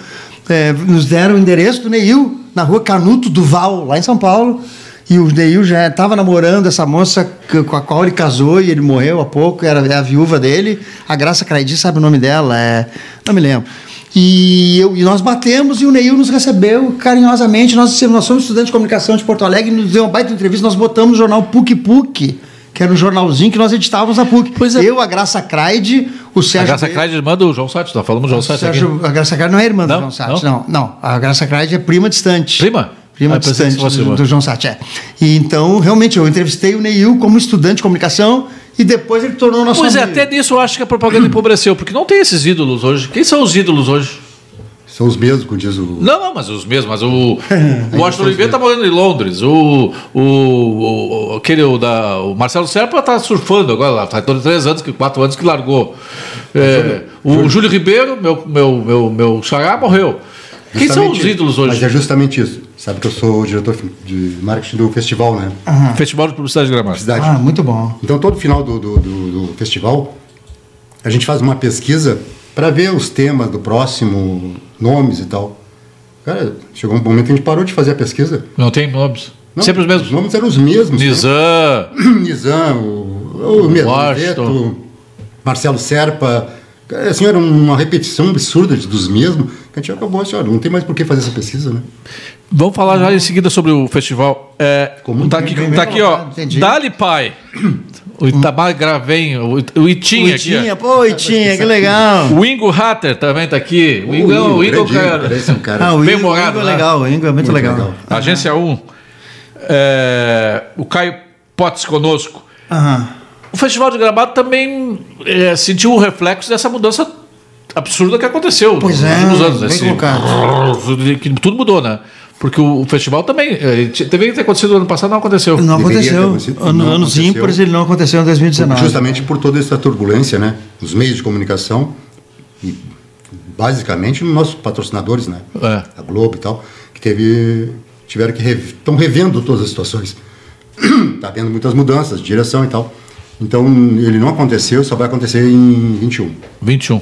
S2: eh, nos deram o endereço do Neil, na rua Canuto Duval, lá em São Paulo. E o Neil já estava namorando essa moça que- com a qual ele casou e ele morreu há pouco, era é a viúva dele. A Graça Craidi sabe o nome dela, é, não me lembro. E, eu- e nós batemos e o Neil nos recebeu carinhosamente. Nós dissemos, nós somos estudantes de comunicação de Porto Alegre, nos deu uma baita entrevista, nós botamos o jornal PUC PUC, que era um jornalzinho que nós editávamos na PUC.
S1: Pois é.
S2: Eu, a Graça Craide, o
S1: a
S2: Sérgio.
S1: Graça
S2: Be-
S1: Craig, irmã do João Sátio, nós falamos do João
S2: o
S1: Sátio aqui. né?
S2: Sérgio- a Graça Craide não é irmã do
S1: Não?
S2: João Sati, não. não. A Graça Craide é prima distante.
S1: Prima?
S2: Prima
S1: Ah, pensei que
S2: distante
S1: fosse
S2: do,
S1: irmã.
S2: do João Sati, é. E então, realmente, eu entrevistei o Neil como estudante de comunicação e depois ele tornou nosso
S1: Pois é,
S2: amigo.
S1: até nisso eu acho que a propaganda empobreceu, porque não tem esses ídolos hoje. Quem são os ídolos hoje?
S3: São os mesmos, como diz o.
S1: Não, não, mas os mesmos. Mas o, o Washington Oliveira tá morando em Londres. O, o, o- aquele o da, o Marcelo Serpa tá surfando agora lá. Tá todo três anos, que quatro anos que largou. É, o Júlio Ribeiro, meu, meu, meu, meu xará, morreu. Quem são os
S3: Justamente-
S1: ídolos
S3: Mas é
S1: hoje?
S3: justamente isso. Sabe que eu sou o diretor de marketing do festival, né?
S1: Ah. Festival de Publicidade de Gramado.
S3: Cidade.
S2: Ah, muito bom.
S3: Então, todo final do, do, do- do festival, a gente faz uma pesquisa para ver os temas do próximo, nomes e tal. Cara, chegou um momento que a gente parou de fazer a pesquisa.
S1: Não tem nomes.
S3: Não,
S1: Sempre os
S3: Os
S1: mesmos.
S3: nomes eram os mesmos. né?
S1: Nizam.
S3: Nizam, o, o
S1: Washington.
S3: Medo, Marcelo Serpa. Cara, Assim, era uma repetição absurda de- dos mesmos. Que a gente acabou assim, ó, não tem mais por que fazer essa pesquisa, né?
S1: Vamos falar já em seguida sobre o festival. É,
S3: Como
S1: tá aqui,
S2: bem, bem
S1: tá aqui ó.
S2: colocado, entendi.
S1: Dali Pai. O Itamar Gravem, o It- o Itinha aqui.
S2: Itinha,
S1: ó.
S2: pô, Itinha, que legal.
S1: O Ingo Hatter também tá aqui. O Ingo, o Ingo,
S3: grandinho,
S1: cara.
S3: cara, esse é um cara.
S2: Ah, o
S1: Bem
S2: Ingo, o
S1: morado,
S2: Ingo é
S1: né?
S2: legal, o Ingo é muito,
S3: Muito
S2: legal.
S3: legal.
S1: Agência 1. É, o Caio Potts conosco.
S2: Aham.
S1: O Festival de Gramado também é, sentiu o reflexo dessa mudança absurda que aconteceu
S2: Pois é,
S1: nos últimos anos.
S2: bem colocado.
S1: que tudo mudou, né? Porque o, o festival também. é, t- Deveria ter acontecido ano passado, não aconteceu.
S2: Não
S3: Deveria ter
S2: aconteceu.
S3: acontecido.
S2: Ano,
S3: Não
S2: anos
S3: aconteceu.
S2: ímpares ele não aconteceu em 2019.
S3: Justamente por toda essa turbulência, né? Os meios de comunicação e basicamente nos nossos patrocinadores, né?
S1: É.
S3: A Globo e tal, que teve tiveram que estão revendo todas as situações. tá havendo muitas mudanças de direção e tal. Então, ele não aconteceu, só vai acontecer em 21.
S1: 21.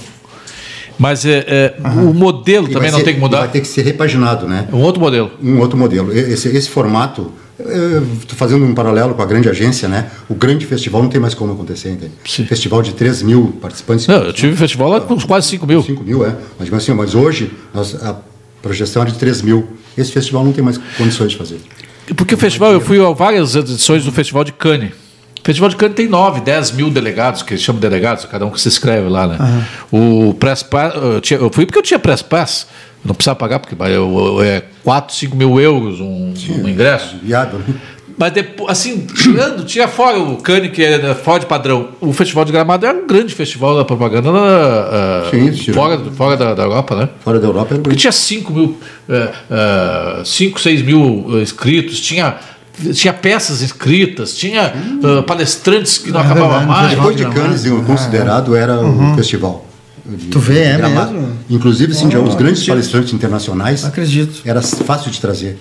S1: Mas é, é, o modelo
S3: E
S1: também
S3: vai
S1: não
S3: ser-
S1: tem que
S3: Vai
S1: mudar.
S3: ter que ser repaginado, né?
S1: É Um outro modelo.
S3: Um outro modelo. E- Esse, esse formato, estou fazendo um paralelo com a grande agência, né? O grande festival não tem mais como acontecer, entende?
S1: Sim.
S3: Festival de 3 mil participantes.
S1: Não, eu tive festival lá com quase 5 mil.
S3: 5 mil, é. Mas, digo assim, mas hoje nós- a projeção era de 3 mil. Esse festival não tem mais condições de fazer.
S1: Porque o festival, eu fui a várias edições do Festival de Cannes. O Festival de Cannes tem 9, 10 mil delegados, que eles chamam de delegados, cada um que se inscreve lá, né? O Press Pass, eu, tinha- eu fui porque eu tinha Press Pass, eu não precisava pagar, porque mas eu, eu- é 4, 5 mil euros um, um ingresso.
S3: Viado, né?
S1: Mas depois, assim, tirando, tira fora o Cannes, que era fora de padrão. O Festival de Gramado era um grande festival da propaganda ah, ah,
S3: Sim, tirando.
S1: fora, do- fora da- da Europa, né?
S3: fora da Europa era
S1: Porque
S3: grande.
S1: tinha 5 mil, eh, 5, 6 mil eh, inscritos, tinha, tinha peças inscritas, tinha eh, palestrantes que não
S2: É
S1: acabavam
S2: verdade,
S1: mais. né? É.
S3: Depois de
S2: Gramado.
S3: Cannes, o considerado era o festival. de-
S2: Uhum. Tu vê, é
S3: de Gramado.
S2: mesmo?
S3: Inclusive, assim, já os grandes
S2: acredito.
S3: palestrantes internacionais.
S2: Acredito.
S3: Era fácil de trazer.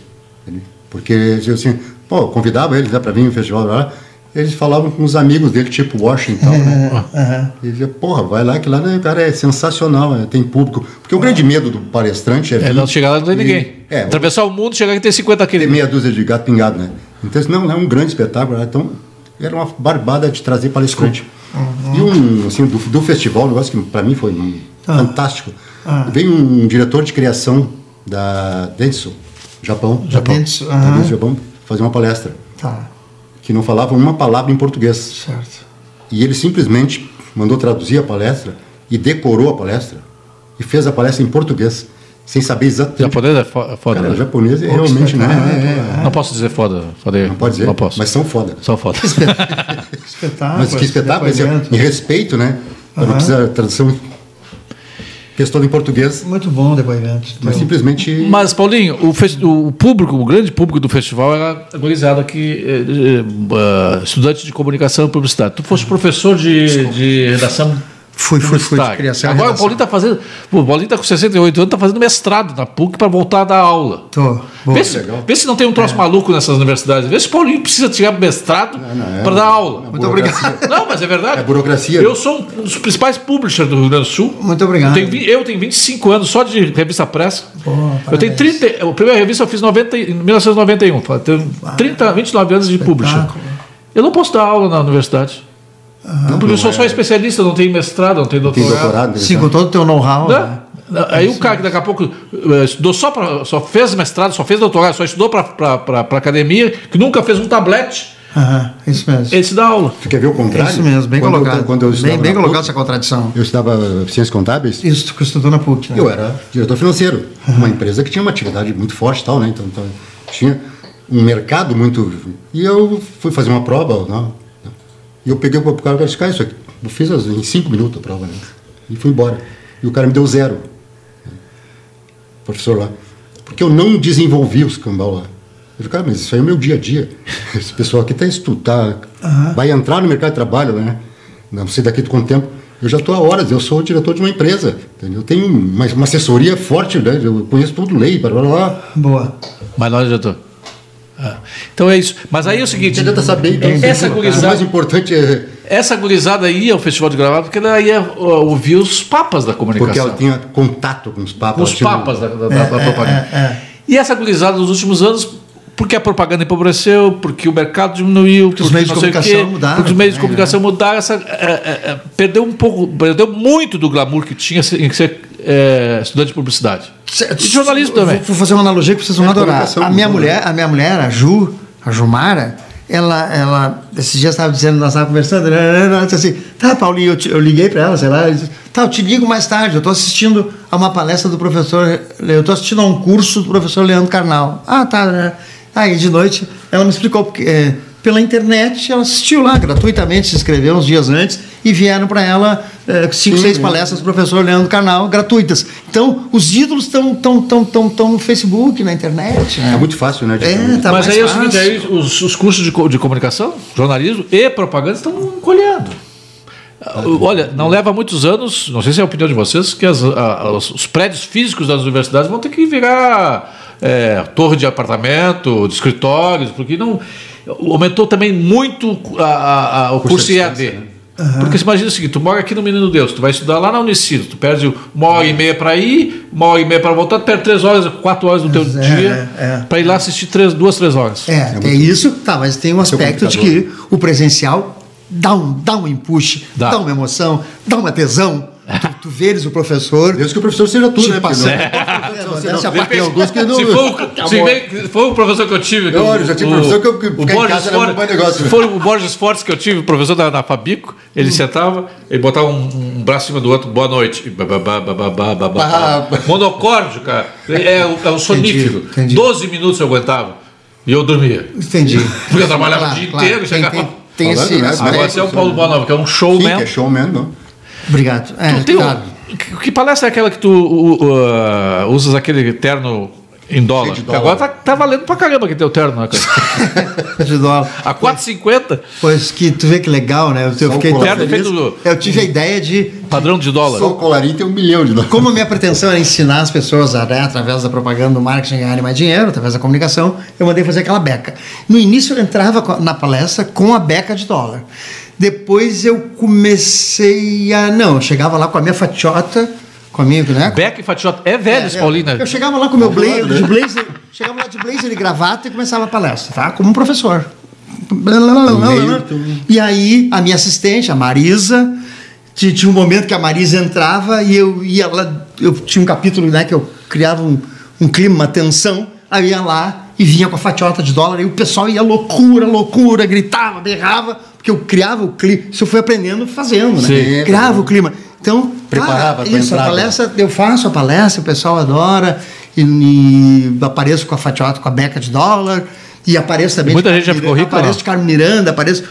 S3: entendeu? Porque, assim, pô, eu convidava eles né, para vir no festival lá. Eles falavam com os amigos dele, tipo Washington, né?
S2: Aham.
S3: Ele dizia, porra, vai lá que lá né, o cara é sensacional, né, tem público. Porque o grande medo do palestrante é.
S1: É,
S3: vir
S1: não chegar lá não tem
S3: e-
S1: ninguém.
S3: É,
S1: Atravessar o mundo, chegar aqui tem 50
S3: ter
S1: quilos.
S3: meia dúzia de gato pingado, né? Então, isso não, é um grande espetáculo. né, Então, era uma barbada de trazer palestrante. E um, assim, do, do festival, um negócio que pra mim foi um-
S2: Ah.
S3: fantástico. Veio um diretor de criação da Denso, Japão.
S2: Japão. Dentsu,
S3: Da
S2: aham.
S3: Dentsu, Japão, fazer uma palestra.
S2: Tá,
S3: Que não falava uma palavra em português.
S2: certo.
S3: E ele simplesmente mandou traduzir a palestra e decorou a palestra e fez a palestra em português, sem saber exatamente.
S1: Japonês é fo- é foda.
S3: Cara,
S1: né?
S3: japonês é realmente, né? É, é,
S1: Não posso dizer foda. Falei, não
S3: Pode dizer,
S1: Não posso.
S3: mas são foda.
S1: Só foda.
S2: Espetáculo.
S3: Mas que espetáculo, esse-
S2: depoimento.
S3: em respeito, né? Pra Não
S2: Aham.
S3: precisa a tradução. Fez todo em português,
S2: Muito bom o depoimento.
S3: mas
S2: Deu.
S3: simplesmente.
S1: Mas, Paulinho, o, fes- o público, o grande público do festival era agorizado aqui, eh, estudante de comunicação e publicidade. Tu fosse professor de, de redação.
S2: Fui, fui, fui, de
S1: publicitária.
S2: criação e
S1: Tá. Agora o
S2: redação.
S1: Paulinho está fazendo. O Paulinho está com 68 anos, está fazendo mestrado na PUC para voltar a dar aula.
S2: Tô. Boa.
S1: Vê se,
S3: legal. É.
S1: vê se não tem um troço maluco nessas universidades. Vê se o Paulinho precisa tirar mestrado
S3: não, é
S1: para dar
S3: uma-
S1: aula.
S3: uma burocracia.
S1: Não, mas é verdade.
S3: É burocracia.
S1: Eu sou um dos principais publishers do Rio Grande do Sul.
S2: Muito obrigado.
S1: Eu tenho, vi- eu tenho 25 anos só de revista pressa. eu tenho
S2: parabéns.
S1: 30. A primeira revista eu fiz 90, e- em 1991. Eu Tenho
S3: Ah,
S1: 30, 29 anos de publisher.
S2: espetáculo.
S1: Eu não posso dar aula na universidade. porque eu sou só especialista, não tenho mestrado, não tenho
S3: é. Tem
S1: doutorado.
S3: né? doutorado.
S2: Sim, com
S3: né?
S2: todo o teu know-how.
S1: Né?
S2: né?
S1: Aí o cara que daqui a pouco eh, estudou só para. só fez mestrado, só fez doutorado, só estudou para academia, que nunca fez um tablete,
S2: Aham, isso mesmo. É
S1: ele se dá aula.
S3: Tu quer ver o contrário?
S2: Isso mesmo, bem
S3: Quando eu-
S2: colocado.
S3: quando eu estudava
S2: bem bem
S3: na
S2: colocado
S3: PUC,
S2: essa contradição.
S3: Eu estudava ciências contábeis.
S2: Isso, tu estudou na PUC, né?
S3: Eu era diretor financeiro, uma empresa que tinha uma atividade muito forte e tal, né? Então, então, tinha um mercado muito. E eu fui fazer uma prova, né? E eu peguei o cara e disse, cara, isso aqui. Eu fiz as- em cinco minutos a prova, né? E fui embora. E o cara me deu zero. O professor lá. Porque eu não desenvolvi os cambal lá. Eu falei, cara, mas isso aí é o meu dia a dia. Esse pessoal aqui está estudar, vai entrar no mercado de trabalho, né? Não sei daqui de quanto tempo. Eu já estou há horas, eu sou o diretor de uma empresa. Entendeu? Eu tenho uma, uma assessoria forte, né? Eu conheço tudo, lei, blá blá blá.
S2: Boa.
S1: Mas não adiantou. Ah, Então é isso. Mas aí é o seguinte.
S3: Você tenta saber, então,
S1: Essa
S3: o
S1: gurizada-
S3: mais importante é.
S1: Essa gurizada ia ao festival de gravado porque ela ia ó, ouvir os papas da
S3: Porque ela
S1: comunicação.
S3: tinha contato com os papas. assim, tipo,
S1: os
S3: ela tinha-
S1: papas da, da- da-
S2: É,
S1: da propaganda. E essa gurizada nos últimos anos, porque a propaganda empobreceu, porque o mercado diminuiu, porque
S2: os meios de
S1: não sei o
S2: comunicação
S1: quê,
S2: mudaram
S1: Porque os meios de
S2: também, né?
S1: comunicação mudaram, essa, é, é, é, perdeu um pouco, perdeu muito do glamour que tinha se- em ser é, estudante de publicidade. E jornalismo
S2: Eu
S1: também.
S2: Vou fazer uma analogia que vocês vão
S3: É,
S2: adorar.
S3: comunicação,
S2: A minha
S3: né?
S2: mulher, a minha mulher, a Ju, a Jumara, ela, ela esses dias estava dizendo, nós estávamos conversando, né, né, né, ela disse assim, tá, Paulinho, eu, te- eu liguei para ela, sei lá, ela disse, tá, eu te ligo mais tarde, eu estou assistindo a uma palestra do professor, Le- eu estou assistindo a um curso do professor Leandro Carnal. Ah, tá, né, né. Aí de noite ela me explicou, porque é, pela internet ela assistiu lá gratuitamente, se inscreveu uns dias antes e vieram para ela é, cinco,
S3: Sim,
S2: seis palestras
S3: é.
S2: palestras do professor Leandro Carnal gratuitas. Então, os ídolos estão tão, tão, tão, tão no Facebook, na internet.
S3: É
S2: Né?
S3: muito fácil, né? de-
S2: É, tá
S1: Mas
S2: mais
S1: aí é o
S2: fácil.
S1: seguinte, aí os, os cursos de, co- de comunicação, jornalismo e propaganda estão colhendo. Ah, Olha, não leva muitos anos, não sei se é a opinião de vocês, que as- a- os, os prédios físicos das universidades vão ter que virar é, torre de apartamento, de escritórios, porque não. aumentou também muito a- a- a- o
S3: Custo
S1: curso
S3: à distância,
S1: IAD.
S3: né?
S1: Porque você imagina o seguinte, tu mora aqui no Menino Deus, tu vai estudar lá na Unicino, tu perde uma hora e meia para ir, uma hora e meia para voltar, tu perde três horas, quatro horas do teu
S2: É,
S1: dia
S2: é, é.
S1: para ir lá assistir três, duas, três horas.
S2: É, é isso, tá, mas tem um aspecto de que
S3: complicador.
S2: o presencial dá um, dá um empuxe,
S1: Dá.
S2: dá. uma emoção, dá uma tesão. tu, tu vês o professor. é
S3: Deus que o professor seja tudo,
S1: Tipo
S2: Te
S3: né?
S1: assim,
S2: passa-
S1: é,
S2: é
S3: Porque não-
S2: Se
S3: Tem
S2: apaixonou.
S3: alguns que não-
S1: Se for, o- se
S3: Acabou.
S1: bem- foi o professor que eu tive. que
S3: Eu,
S1: o-
S3: olha, já tive
S1: o-
S3: professor que eu- que
S1: o
S3: ficar em
S1: Borges
S3: casa era um bom
S1: Fortes,
S3: negócio. Hum.
S1: Foi o Borges Fortes que eu tive, o professor da, da Fabico. Ele sentava, ele botava um, um braço em cima do outro, boa noite. e babá, babá, babá, babá.
S3: Ah.
S1: Monocórdio, cara. É, o- é um sonífero.
S2: entendi.
S1: 12 minutos eu aguentava e eu dormia.
S2: Entendi.
S1: Porque eu trabalhava o dia inteiro,
S2: tem-
S1: chegava-
S2: Tem, tem
S3: Falando,
S2: esse
S3: né?
S2: aspecto.
S1: Agora você é o Paulo Bonova, que é um
S3: Sim, que
S1: showman.
S3: é showman, não.
S2: Obrigado. É,
S1: Tu tem um-
S2: claro.
S1: que, que palestra é aquela que tu u- u- ah, usas aquele terno em dólar?
S3: de
S1: Porque Agora tá,
S3: dólar.
S1: tá valendo pra caramba que teu terno, né, cara?
S2: de dólar.
S1: A 4,50?
S2: Pois que tu vê que legal, né? Eu, eu
S3: o
S2: fiquei tão
S1: terno
S3: um
S2: feliz.
S1: feito-
S2: Eu tive a ideia de
S1: Padrão de dólar.
S3: Só o colarinho tem um milhão de dólares.
S2: Como a minha pretensão era ensinar as pessoas a, né, através da propaganda, do marketing, a ganharem mais dinheiro, através da comunicação, eu mandei fazer aquela beca. No início eu entrava co- na palestra com a beca de dólar. Depois eu comecei a. Não, eu chegava lá com a minha fatiota, com a minha. Né,
S1: Beck e Fatiota. É velho esse
S2: é,
S1: Paulinho, né?
S2: Eu chegava lá com o meu blazer,
S3: lado, né?
S2: de blazer, chegava lá de blazer e gravata e começava a palestra, tá? Como um professor. Blá, blá, blá, blá, blá, blá.
S3: Meio-
S2: E aí a minha assistente, a Marisa, ti- tinha um momento que a Marisa entrava e eu ia lá, eu tinha um capítulo, né, que eu criava um, um clima, uma tensão, aí eu ia lá e vinha com a fatiota de dólar e o pessoal ia loucura, loucura, gritava, berrava, porque eu criava o clima, isso eu fui aprendendo fazendo, né?
S3: Sim.
S2: Criava o clima. Então,
S3: Preparava pra
S2: isso, a
S3: entrada.
S2: palestra palestra, eu faço a palestra, o pessoal adora, e, e apareço com a fatiota, com a beca de dólar, e apareço também.
S1: Muita
S2: de
S1: gente já
S2: Carmen
S1: ficou
S2: Miranda,
S1: rica,
S2: Apareço
S1: não?
S2: de Carmen Miranda, apareço.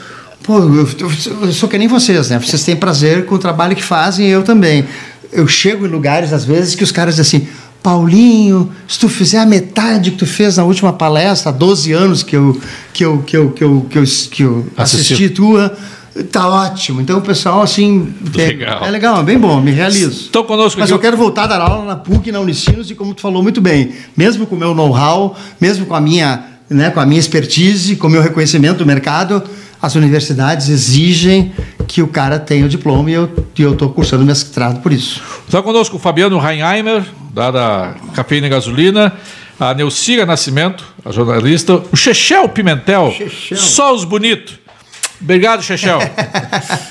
S2: Pô, eu, eu- eu sou que nem vocês, né? Vocês têm prazer com o trabalho que fazem, e eu também. Eu chego em lugares, às vezes, que os caras dizem assim. Paulinho, se tu fizer a metade que tu fez na última palestra, há 12 anos que eu, que eu, que eu, que eu, que eu, que eu
S1: Assistiu.
S2: assisti tua, tá ótimo. Então o pessoal, assim, é-
S1: Legal.
S2: é legal, é bem bom, me realizo.
S1: Estão conosco
S2: Mas
S1: aqui.
S2: eu quero voltar a dar aula na PUC e na Unicinos, e como tu falou muito bem, mesmo com o meu know-how, mesmo com a minha, né, com a minha expertise, com o meu reconhecimento do mercado, as universidades exigem que o cara tenha o diploma e eu estou cursando mestrado por isso.
S1: Está Tá conosco o Fabiano Reinheimer, da, da Cafeína e Gasolina, a Neucira Nascimento, a jornalista, o Chechel Pimentel,
S2: Chechel.
S1: só os bonitos. Obrigado, Chechel. é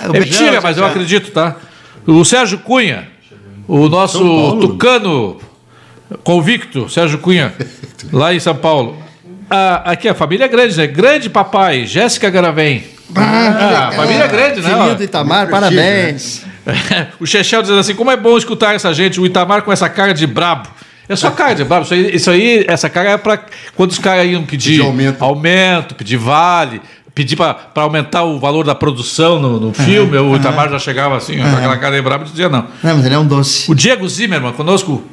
S2: Obrigado,
S1: mentira, mas eu
S2: Chechel.
S1: acredito, tá? O Sérgio Cunha, o nosso
S3: Paulo.
S1: tucano convicto, Sérgio Cunha, lá em São Paulo. Ah, aqui a família é grande, né? Grande papai, Jéssica Garavém. Ah, família grande, né?
S2: É, Querido Itamar, parabéns.
S1: é. o Chechel dizendo assim: como é bom escutar essa gente, o Itamar com essa cara de brabo. É só cara de brabo. Isso aí, isso aí essa cara é pra quando os caras iam pedir,
S3: Pedir aumento.
S1: aumento, pedir vale, pedir pra pra aumentar o valor da produção no, no filme. O Itamar já chegava assim, com aquela cara de brabo e dizia não.
S2: Não, mas ele é um doce.
S1: O Diego Zimmermann, conosco,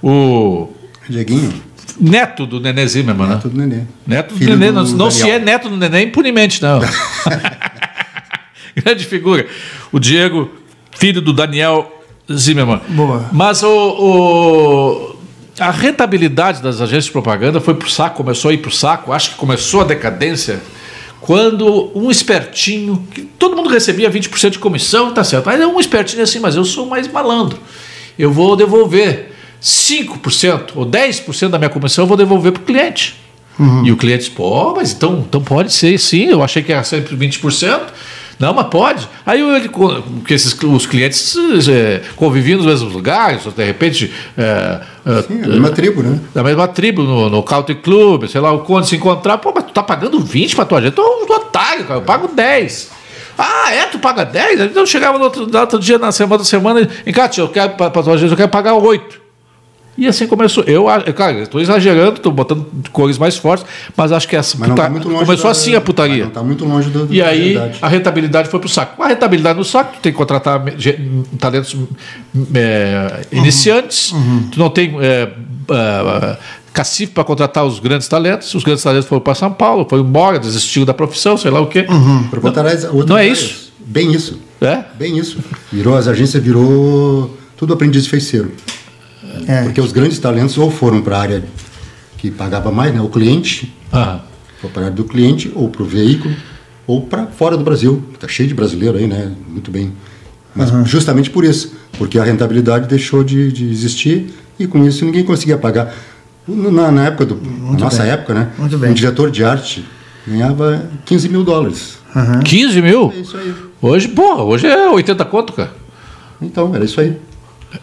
S1: o
S3: Dieguinho,
S1: neto do Nenê Zimmermann, né?
S3: tudo neném.
S1: Neto do
S3: Filho
S1: Nenê,
S3: do
S1: não, não se é
S3: Daniel.
S1: neto do Nenê impunemente, não. Grande figura. O Diego, filho do Daniel Zimmermann.
S2: Boa.
S1: Mas o, o- a rentabilidade das agências de propaganda foi pro saco, começou a ir pro saco, acho que começou a decadência. Quando um espertinho, que todo mundo recebia 20% de comissão, tá certo. Aí um espertinho assim, mas eu sou mais malandro. Eu vou devolver 5% ou 10% da minha comissão, eu vou devolver pro cliente. E o cliente diz, pô, mas então, então pode ser, sim, eu achei que era sempre 20%. Não, mas pode. Aí ele, co- porque esses, os clientes eh, conviviam nos mesmos lugares, ou de repente eh, eh,
S3: Sim, é a mesma tribo, né?
S1: da mesma tribo, no, no Country Club, sei lá, o Conde se encontrar, pô, mas tu tá pagando 20 pra tua gente, tu é um otário, cara, eu pago 10. Ah, é? Tu paga 10? Então eu chegava no outro, no outro dia, na semana, outra semana, e cara, tio, eu quero pra, pra tua gente, eu quero pagar 8. E assim começou. Eu, a- eu, cara, eu tô exagerando, tô botando cores mais fortes, mas acho que essa
S3: Mas não
S1: puta-
S3: tá muito longe
S1: começou
S3: da-
S1: assim a putaria.
S3: mas Não tá muito longe do, do
S1: E aí
S3: realidade.
S1: a rentabilidade foi pro saco. Com A rentabilidade no saco, tu tem que contratar me- ge- talentos m- é, iniciantes, tu não tem é, ah, cacife para contratar os grandes talentos, os grandes talentos foram para São Paulo, foram embora, desistiu da profissão, sei lá o quê.
S3: Por Batarais, outra
S1: Não é
S3: área.
S1: isso?
S3: Bem isso.
S1: É?
S3: Bem isso. Virou, as agências virou tudo aprendiz de feiticeiro.
S2: É.
S3: Porque os grandes talentos ou foram para a área que pagava mais, né? O cliente,
S1: Aham.
S3: para o aparelho do cliente, ou para o veículo, ou para fora do Brasil. Está cheio de brasileiro aí, né? Muito bem. Mas justamente por isso, porque a rentabilidade deixou de, de existir e com isso ninguém conseguia pagar. Na, na época do, na nossa
S2: bem.
S3: época, né?
S2: Muito bem.
S3: Um diretor de arte ganhava 15 mil dólares.
S1: 15 mil?
S3: É isso aí.
S1: Hoje, porra, hoje é 80 conto, cara.
S3: Então, era isso aí.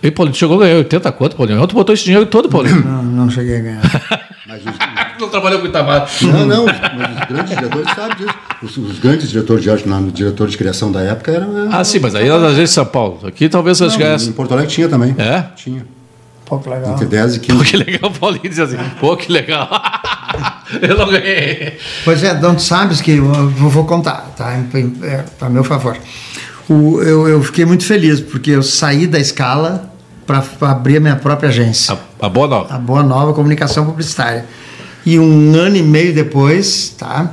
S1: E Paulinho chegou a ganhar 80 conto, Paulinho. Ontem botou esse dinheiro todo, Paulinho.
S2: Não, não cheguei a ganhar.
S3: Mas os,
S1: Não trabalhou com o Itamar.
S3: não, não, mas os grandes diretores sabem disso. Os, os grandes diretores de arte, na, diretor de criação da época era.
S1: Ah, sim, mas aí era das vezes de São Paulo. Aqui talvez vocês
S3: Em
S1: ganhassem.
S3: Porto Alegre tinha também.
S1: É?
S3: Tinha.
S2: Pô, que legal.
S3: Entre 10 e
S1: Pô,
S3: 15.
S1: que legal, o Paulinho diz assim. Pô, que legal. Eu não ganhei.
S2: Pois é, não sabes que eu vou vou contar, tá? Em- em- é, A meu favor. O- eu, eu fiquei muito feliz porque eu saí da escala para abrir a minha própria agência,
S1: A, a boa não.
S2: a Boa Nova Comunicação Publicitária. E um ano e meio depois, tá?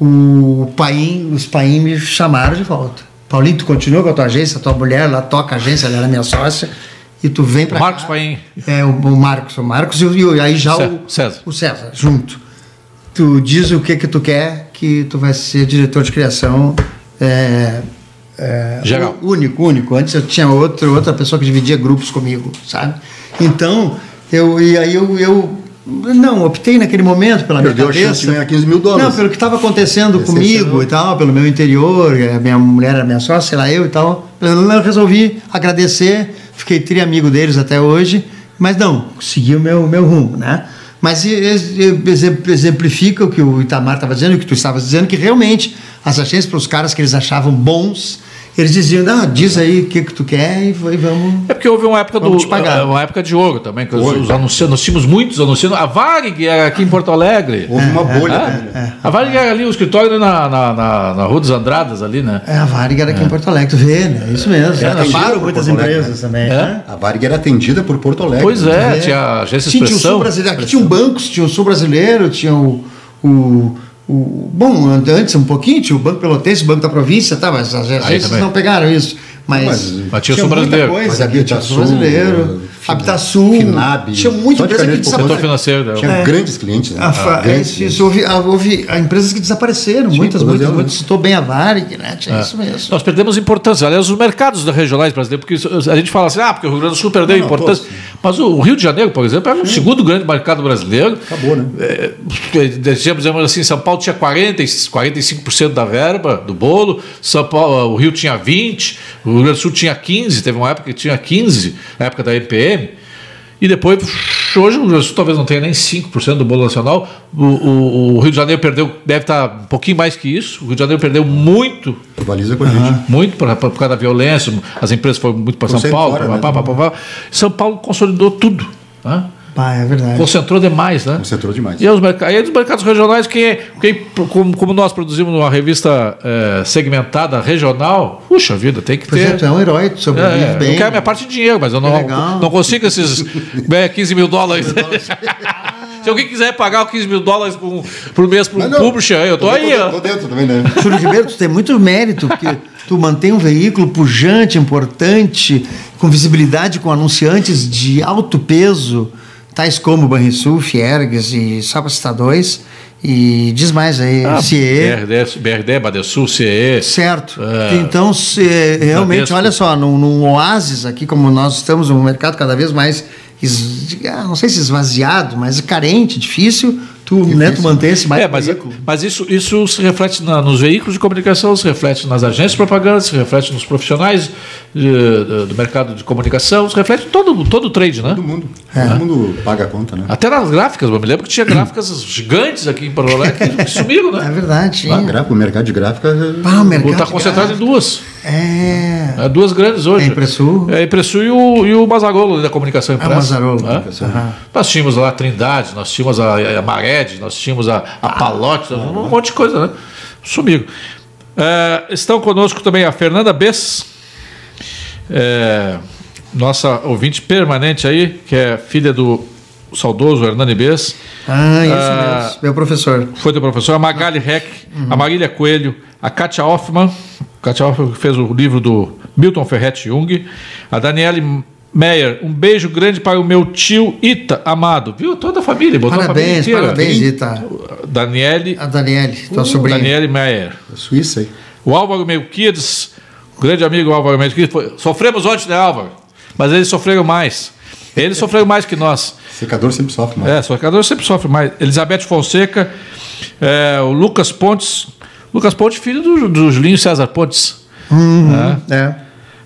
S2: O Paim, os Paim me chamaram de volta. Paulinho, tu continua com a tua agência, a tua mulher lá toca a agência, ela era minha sócia, e tu vem para
S1: Marcos Paim.
S2: é, o, o Marcos, o Marcos e, o- e o- aí já
S1: Cé-
S2: o
S1: César.
S2: o César, junto. Tu diz o que que tu quer que tu vai ser diretor de criação é, é,
S1: Geral.
S2: ú- único, único. Antes eu tinha outro, outra pessoa que dividia grupos comigo, sabe? Então, eu e aí eu, eu não, optei naquele momento pela
S3: Perdeu a
S2: minha cabeça.
S3: chance de ganhar 15 mil dólares.
S2: Não, pelo que estava acontecendo
S3: Esse é
S2: comigo
S3: ano-
S2: e tal, pelo meu interior, a minha mulher era minha sócia, sei lá eu e tal. Eu resolvi agradecer, fiquei tri amigo deles até hoje, mas não, segui o meu, meu rumo, né? Mas e- e- e- exe- exemplifica o que o Itamar estava dizendo, o que tu estavas dizendo, que realmente as agências para os caras que eles achavam bons, eles diziam, não, diz aí o que, que tu quer e vai- vamos.
S1: É porque houve uma época do. é,
S2: Vamos te pagar.
S1: Uma época de ouro também, que
S3: Ouro.
S1: os anunciantes, nós tínhamos muitos anunciantes. A Varig era aqui em Porto Alegre. É?
S3: Houve uma bolha. né?
S2: Ah, é.
S1: A Varig era ali, o escritório ali na, na, na, na Rua dos Andradas, ali, né?
S2: É, a Varig era aqui em Porto Alegre, tu vê, né? Isso mesmo.
S3: Era atendido
S2: Acharam
S3: por Porto Alegre,
S2: também,
S1: É?
S3: A Varig era atendida por Porto Alegre.
S1: Pois é,
S2: É.
S1: tinha agência
S2: Sim, tinha o
S1: expressão.
S2: sul brasileiro. Aqui tinha um bancos, tinha o sul brasileiro, tinha o. o o, bom, antes um pouquinho tinha o Banco Pelotense, o Banco da Província, tá, mas as agências
S1: também.
S2: não pegaram isso. Mas,
S3: Mas-
S1: Mas tinha o Sul
S2: muita
S1: Brasileiro.
S2: coisa,
S3: Mas
S2: né? tinha o
S3: Habitação,
S2: Sul Brasileiro,
S3: Fina-
S2: Habitação,
S3: Finab,
S2: tinha muita
S3: só
S2: empresa
S3: de
S2: que
S3: cadeia de
S2: desapareceu.
S1: Setor financeiro. né?
S3: Tinha grandes clientes. Né?
S2: A fa- é,
S3: Ah, grandes
S2: isso, isso, houve, ah, houve ah, empresas que desapareceram, muitas,
S3: todas
S2: muitas,
S3: elas,
S2: muitas.
S3: né?
S2: Citou bem a Varig, né? Tinha
S1: É.
S2: isso mesmo.
S1: Nós perdemos importância. Aliás, os mercados da regionais brasileiros, porque isso- a gente fala assim, ah, porque o Rio Grande do Sul perdeu
S3: Não, não,
S1: importância. Mas o o Rio de Janeiro, por exemplo, era o segundo grande mercado brasileiro.
S3: Acabou, né?
S1: É, é, Dizemos dizemos assim, São Paulo tinha 40, e 45% da verba do bolo, São Paulo, ah, o Rio tinha 20, o Rio Grande do Sul tinha 15, teve uma época que tinha 15, na época da EPM, e depois, hoje o Rio Grande do Sul talvez não tenha nem 5% do bolo nacional, o, o- o Rio de Janeiro perdeu, deve estar um pouquinho mais que isso, o Rio de Janeiro perdeu muito
S2: É.
S3: Rivaliza com a gente.
S1: muito por, por causa da violência, as empresas foram muito para
S3: Estão
S1: São
S3: sempre
S1: Paulo.
S3: fora,
S1: pá,
S3: né?
S1: pá, pá, pá, pá. São Paulo consolidou tudo. né?
S2: Pá, é verdade.
S1: Concentrou demais, né?
S3: Concentrou um demais.
S1: E aí os, merc- aí os mercados regionais, quem, é- quem, como, como nós produzimos uma revista eh, segmentada regional, puxa vida, tem que
S2: Por
S1: ter.
S2: exemplo, é um herói, tu sobrevive
S1: É,
S2: bem.
S1: eu quero a minha parte de dinheiro, mas eu não,
S2: legal.
S1: não consigo esses né, 15 mil dólares. Se alguém quiser pagar 15 mil dólares por, um- por mês para um
S3: Mas não,
S1: publisher, eu tô, aí.
S3: dentro,
S1: ó.
S3: Tô dentro também, né?
S2: Júlio Ribeiro, tu tem muito mérito, porque tu mantém um veículo pujante, importante, com visibilidade com anunciantes de alto peso, tais como Banrisul, Fiergues e só para citar dois. E diz mais aí,
S1: Ah,
S2: CIE.
S1: BRD, BRD, Badesul, CE.
S2: Certo.
S1: É.
S2: Então, se, realmente,
S1: Bradesco.
S2: olha só, num, num oásis aqui, como nós estamos num mercado cada vez mais, es- ah, não sei se esvaziado, mas carente, difícil, tu, né, tu mantém esse mais
S1: É, mas, mas isso, isso se reflete na- nos veículos de comunicação, se reflete nas agências de propaganda, se reflete nos profissionais eh, do- do mercado de comunicação, se reflete em todo, todo o trade, né?
S3: Todo mundo.
S2: É.
S3: Todo mundo paga a conta, né?
S1: Até nas gráficas, eu me lembro que tinha gráficas gigantes aqui em Porto Alegre que sumiram,
S2: É
S1: né?
S2: verdade.
S3: Ah,
S2: hein?
S3: gráfico, o mercado de gráfica. é
S2: Pá, Ah, o mercado
S1: Está
S2: de
S1: Tá concentrado em duas.
S2: É.
S1: né? Duas grandes hoje.
S2: É a Impressul?
S1: é. É a Impressul e o, e o Mazarolo da comunicação
S2: Ah,
S1: impressa.
S2: Mazarolo.
S1: né?
S3: é
S1: Nós tínhamos lá a Trindade, nós tínhamos a, a Mared, nós tínhamos a, a Palote, nós- um monte de coisa, né? Sumiram. É, estão conosco também a Fernanda Bess, é, nossa ouvinte permanente aí, que é filha do saudoso Hernani Bess.
S2: Ah, isso
S1: Ah.
S2: mesmo. Meu professor.
S1: Foi do professor. A Magali Reck, a Marília Coelho, a Kátia Hoffmann, Kátia Hoffmann que fez o livro do Milton Ferretti Jung, a Daniele Meyer, um beijo grande para o meu tio Ita, amado. Viu? Toda a família. Botou
S2: Parabéns,
S1: a família
S2: parabéns,
S1: inteira.
S2: Ita.
S1: Daniele, uh,
S2: A Daniele, tua sobrinha.
S1: Daniele Meyer.
S3: É Suíça aí.
S1: O Álvaro Melquides, o grande amigo Álvaro Melquides, foi- sofremos antes, né, Álvaro? Mas eles sofreram mais. Eles sofreram mais que nós.
S3: Secador sempre sofre mais.
S1: É, socador sempre sofre mais. Elizabeth Fonseca, é, o Lucas Pontes. Lucas Pontes, filho do, do Julinho César Pontes, Ah.
S2: É.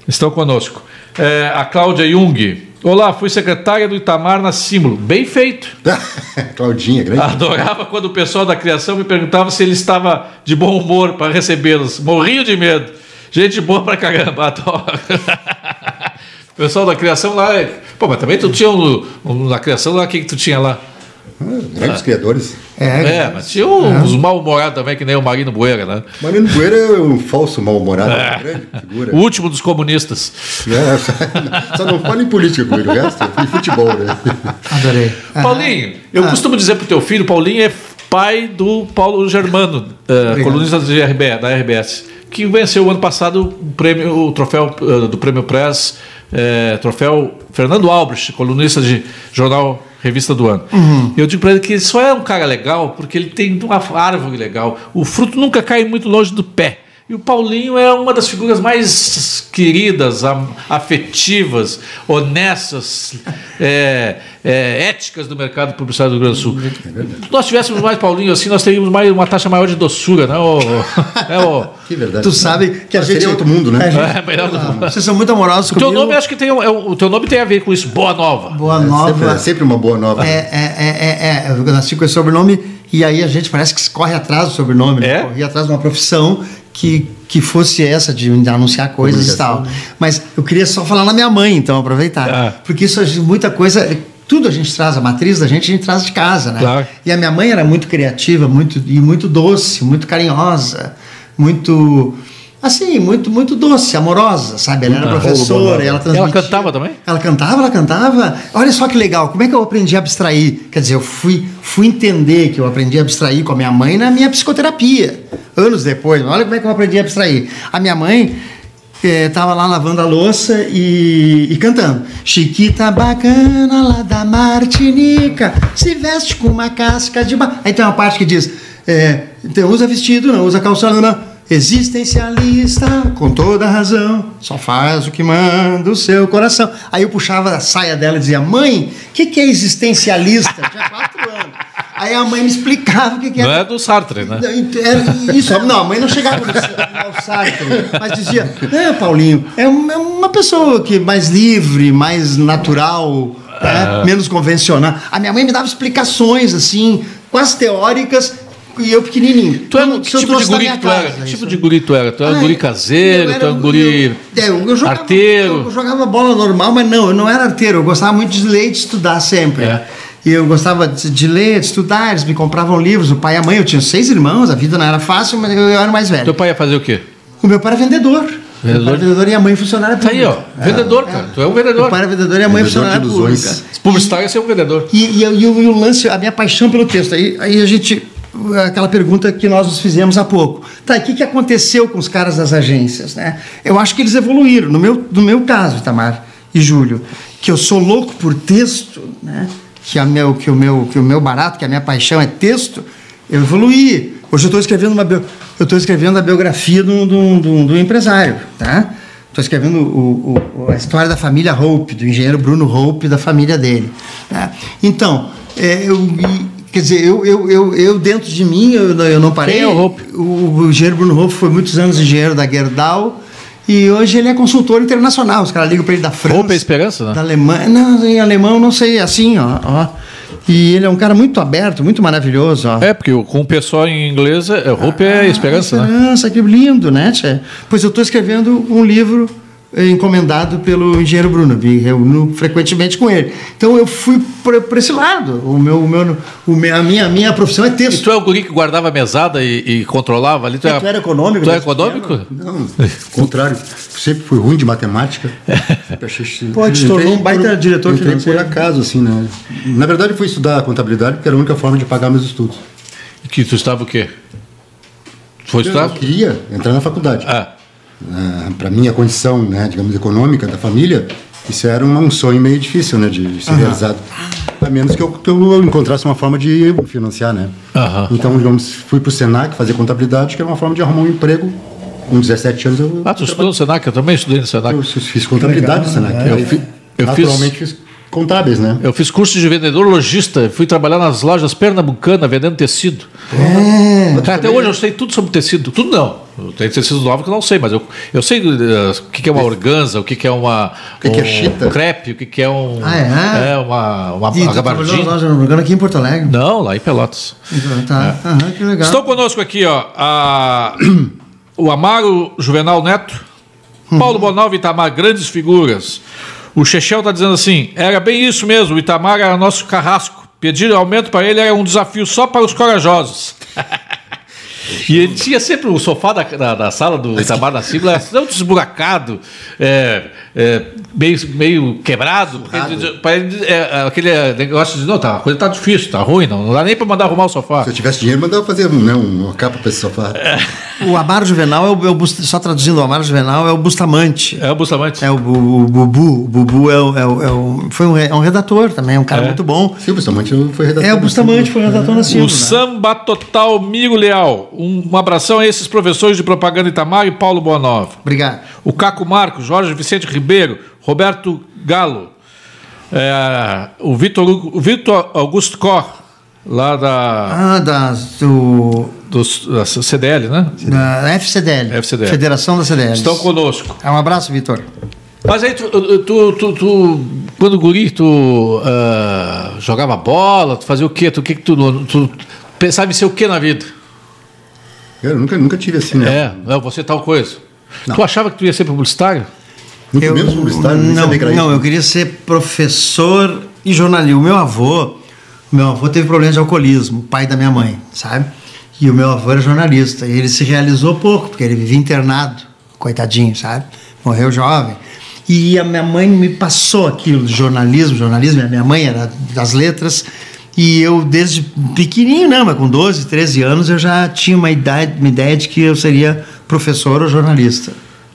S1: estão conosco. É, a Cláudia Jung. Olá, fui secretária do Itamar na Símbolo. Bem feito. É.
S3: Claudinha, grande.
S1: Ah, Adorava quando o pessoal da criação me perguntava se ele estava de bom humor para recebê-los. Morria de medo. Gente boa pra caramba, adoro. O pessoal da criação lá. é- Pô, mas também tu tinha um. um- na criação lá, o que, que tu tinha lá?
S3: Ah, Grandes
S1: tá.
S3: criadores.
S2: É.
S1: É, mas tinha uns mal-humorados também, que nem o Marino Bueira, né?
S3: Mariano Bueira é um falso mal-humorado, uma grande figura.
S1: É. O último dos comunistas.
S3: É, só- só não fala em política comigo, o resto é futebol, né?
S2: Adorei.
S1: Paulinho, eu costumo dizer pro teu filho, Paulinho é pai do Paulo Germano, eh, colunista de RB, da RBS, que venceu o ano passado o prêmio, o troféu eh, do Prêmio Press, eh, troféu Fernando Albrecht, colunista de jornal Revista do Ano. Eu digo para ele que ele só é um cara legal porque ele tem uma árvore legal. O fruto nunca cai muito longe do pé. E o Paulinho é uma das figuras mais queridas, am- afetivas, honestas, é, é, éticas do mercado publicitário do Rio Grande do Sul.
S2: É
S1: Se nós tivéssemos mais Paulinho assim, nós teríamos mais uma taxa maior de doçura, né? ô- é, ô-
S3: Que verdade.
S2: Tu sabe que a
S3: Mas seria
S2: gente.
S3: outro mundo, né?
S2: a gente- Ah,
S1: é, melhor do mundo.
S2: Vocês são muito amorosos
S1: O teu
S2: comigo.
S1: nome acho que tem, um- é, o o teu nome tem a ver com isso. Boa Nova.
S2: Boa
S3: É
S2: Nova.
S3: sempre, é sempre uma boa nova.
S2: É, é, é, é, é, eu nasci com esse sobrenome e aí a gente parece que corre atrás do sobrenome, né?
S1: É?
S2: corri atrás de uma profissão que, que fosse essa de anunciar coisas e tal. Mas eu queria só falar na minha mãe, então, aproveitar.
S1: Ah.
S2: Porque isso, a gente- muita coisa, tudo a gente traz, a matriz da gente, a gente traz de casa, né?
S1: Claro.
S2: E a minha mãe era muito criativa, muito e muito doce, muito carinhosa, muito assim, muito muito doce, amorosa, sabe? Ela era
S1: né?
S2: professora, ela transmitia.
S1: Ela cantava também?
S2: Ela cantava, ela cantava. Olha só que legal, como é que eu aprendi a abstrair? Quer dizer, eu fui, fui entender que eu aprendi a abstrair com a minha mãe na minha psicoterapia, anos depois. Olha como é que eu aprendi a abstrair. A minha mãe estava lá lavando a louça e, e cantando. Chiquita bacana lá da Martinica, se veste com uma casca de. Ba... Aí tem uma parte que diz: é, então usa vestido, não usa calçado, não. Existencialista, com toda razão, só faz o que manda o seu coração. Aí eu puxava a saia dela e dizia: Mãe, o que, que é existencialista? Eu tinha quatro anos. Aí a mãe me explicava o que, que
S1: Não
S2: era.
S1: é do Sartre, né?
S2: Não, ent- era isso, não, a mãe não chegava no ao Sartre, mas dizia, é, Paulinho, é um- é uma pessoa que mais livre, mais natural, né,
S1: É.
S2: menos convencional. A minha mãe me dava explicações, assim, quase teóricas, e eu pequenininho.
S1: Tu era
S2: Então,
S1: que
S2: se eu
S1: tipo de
S2: trouxe da
S1: guri
S2: minha
S1: que tu era?
S2: casa,
S1: Que tipo
S2: isso. né?
S1: de guri tu era? Tu era um
S2: Ah,
S1: guri
S2: eu-
S1: caseiro,
S2: eu
S1: tu
S2: era
S1: era um
S2: um-
S1: guri
S2: eu- é, eu- eu jogava-
S1: arteiro.
S2: Eu jogava bola normal, mas não, eu não era arteiro. Eu gostava muito de ler e de estudar sempre.
S1: É.
S2: E eu gostava de, de ler, de estudar, eles me compravam livros, o pai e a mãe. Eu tinha seis irmãos, a vida não era fácil, mas eu, eu era o mais velho.
S1: Teu pai ia fazer o quê?
S2: O meu pai era vendedor. Meu pai era vendedor e a mãe funcionária
S1: Tá aí, ó.
S2: pública.
S1: Vendedor, cara. Tu é um vendedor.
S2: Meu pai era vendedor e a mãe
S3: Vendedor de
S2: funcionária
S3: ilusões.
S2: pública.
S1: Publicitário é ser um vendedor.
S2: E, e, eu- e o- e o lance, a minha paixão pelo texto. Aí, aí a gente. é Aquela pergunta que nós nos fizemos há pouco. Tá, e o que, que aconteceu com os caras das agências, né? Eu acho que eles evoluíram. No meu, no meu caso, Itamar e Júlio, que eu sou louco por texto, né? Que, a meu, que, o meu, que o meu barato, que a minha paixão é texto, eu evoluí. Hoje eu estou escrevendo uma bio, eu tô escrevendo a biografia de um- de um- de um de um empresário, tá? Estou escrevendo o- o- o- a história da família Hope, do engenheiro Bruno Hope e da família dele. né? Então, é, eu, e, quer dizer, eu, eu, eu, eu dentro de mim, eu, não- eu não parei.
S1: Quem é o Hope?
S2: O, o engenheiro Bruno Hope foi muitos anos engenheiro da Gerdau e hoje ele é consultor internacional. Os caras ligam para ele da França.
S1: Hope é esperança, né?
S2: Da Alemanha. Não, em alemão, não sei, assim, ó, ó. E ele é um cara muito aberto, muito maravilhoso, ó.
S1: É, porque o- com o pessoal em inglês, é- é roupa
S2: Ah,
S1: é esperança, né?
S2: Esperança, que lindo, né, Tchê? Pois eu estou escrevendo um livro eh, encomendado pelo engenheiro Bruno, me reúno frequentemente com ele. Então eu fui para esse lado. O meu, o meu, o meu, a minha, a minha profissão é
S1: E
S2: texto.
S1: tu é o guri que guardava a mesada e, e controlava ali? Tu,
S2: É, tu era econômico
S1: Tu é
S2: desde
S1: econômico?
S3: Não, contrário. Sempre fui ruim de matemática. Sempre achei-
S2: É. Pô, se tornou um
S3: Entrei
S2: baita
S3: por-
S2: diretor
S3: entrei por
S2: financeiro.
S3: acaso, assim, né? Na verdade, eu fui estudar contabilidade porque era a única forma de pagar meus estudos.
S1: Que tu estava o quê? Tu foi
S3: Eu
S1: estudar?
S3: queria entrar na faculdade.
S1: Ah,
S3: para mim a condição, né, digamos, econômica da família Isso era um, um sonho meio difícil, né, de ser realizado. A menos que eu, que eu encontrasse uma forma de financiar, né?
S1: Aham.
S3: Então, digamos, fui para o Senac fazer contabilidade, que era uma forma de arrumar um emprego. Com 17 anos eu,
S1: Ah, tu estudou no Senac? Eu também estudei no Senac.
S3: eu fiz contabilidade no
S2: legal,
S3: Senac.
S2: né?
S3: Eu, fi,
S1: Eu fiz-
S3: naturalmente fiz contábeis, né?
S1: Eu fiz curso de vendedor lojista, fui trabalhar nas lojas pernambucanas vendendo tecido.
S2: É.
S1: Cara, até hoje eu sei tudo sobre tecido. Tudo não. Tem tecido novo que eu não sei, mas eu, eu sei eh, o que, que é uma organza, o que, que é uma. O
S3: que que é chita?
S1: crepe, o que, que é um.
S2: Ah, é?
S1: uma, uma
S2: E tu trabalhou na
S1: gabardina.
S2: loja Norbergano aqui em Porto Alegre?
S1: Não, lá em Pelotas.
S2: Então, Tá,
S1: É.
S2: Aham, que legal.
S1: Estão conosco aqui, ó, a- o Amaro Juvenal Neto, Paulo Bonalva e Itamar, grandes figuras. O Chechel está dizendo assim: era bem isso mesmo, o Itamar era nosso carrasco. Pedir aumento para ele era um desafio só para os corajosos. E ele tinha sempre o sofá da, da- da sala do Itamar da Silva, era tão desburacado, é, é, meio, meio quebrado. porque ele dizia- pra ele dizer- é, aquele negócio de: não, tá, a coisa tá difícil, tá ruim, não, não dá nem para mandar arrumar o sofá.
S3: Se eu tivesse dinheiro, mandava fazer né, uma capa para esse sofá.
S2: O Amaro Juvenal é o, é o Bust- só traduzindo, o Amaro Juvenal é o Bustamante.
S1: É o Bustamante.
S2: É o, Bu- o Bubu. O Bubu é, o- é o- é o- foi um, re- é um redator também, é um cara muito bom.
S3: Silvio Bustamante foi redator.
S2: É o Bustamante, foi o redator né? na
S1: O
S2: Silva.
S1: Samba Total Miro Leal. Um, um abração a esses professores de propaganda Itamar e Paulo Bonova.
S2: Obrigado.
S1: O Caco Marcos, Jorge Vicente Ribeiro, Roberto Galo. É, o Vitor Hugo- o Vitor Augusto Cor, lá da,
S2: Ah, da, do,
S1: dos- da CDL, né?
S2: da FCDL,
S1: FCDL.
S2: Federação da CDL.
S1: Estão conosco.
S2: Um abraço, Vitor.
S1: Mas aí, tu, tu, tu- tu- quando guri, tu ah, jogava bola, tu fazia o quê? Tu, o que que tu, tu pensava em ser o quê na vida?
S3: Eu nunca, nunca tive assim, né?
S1: É, não, você tal coisa. Tu achava que tu ia ser publicitário?
S3: Muito menos publicitário, nem
S2: não,
S3: sabia que era
S2: não,
S3: isso.
S2: eu queria ser professor e jornalista. O meu avô, meu avô teve problemas de alcoolismo, o pai da minha mãe, sabe? E o meu avô era jornalista. E ele se realizou pouco, porque ele vivia internado, coitadinho, sabe? Morreu jovem. E a minha mãe me passou aquilo de jornalismo, jornalismo, a minha mãe era das letras. E eu, desde pequenininho, não, mas com 12, 13 anos, eu já tinha uma, idade, uma ideia de que eu seria professor ou jornalista.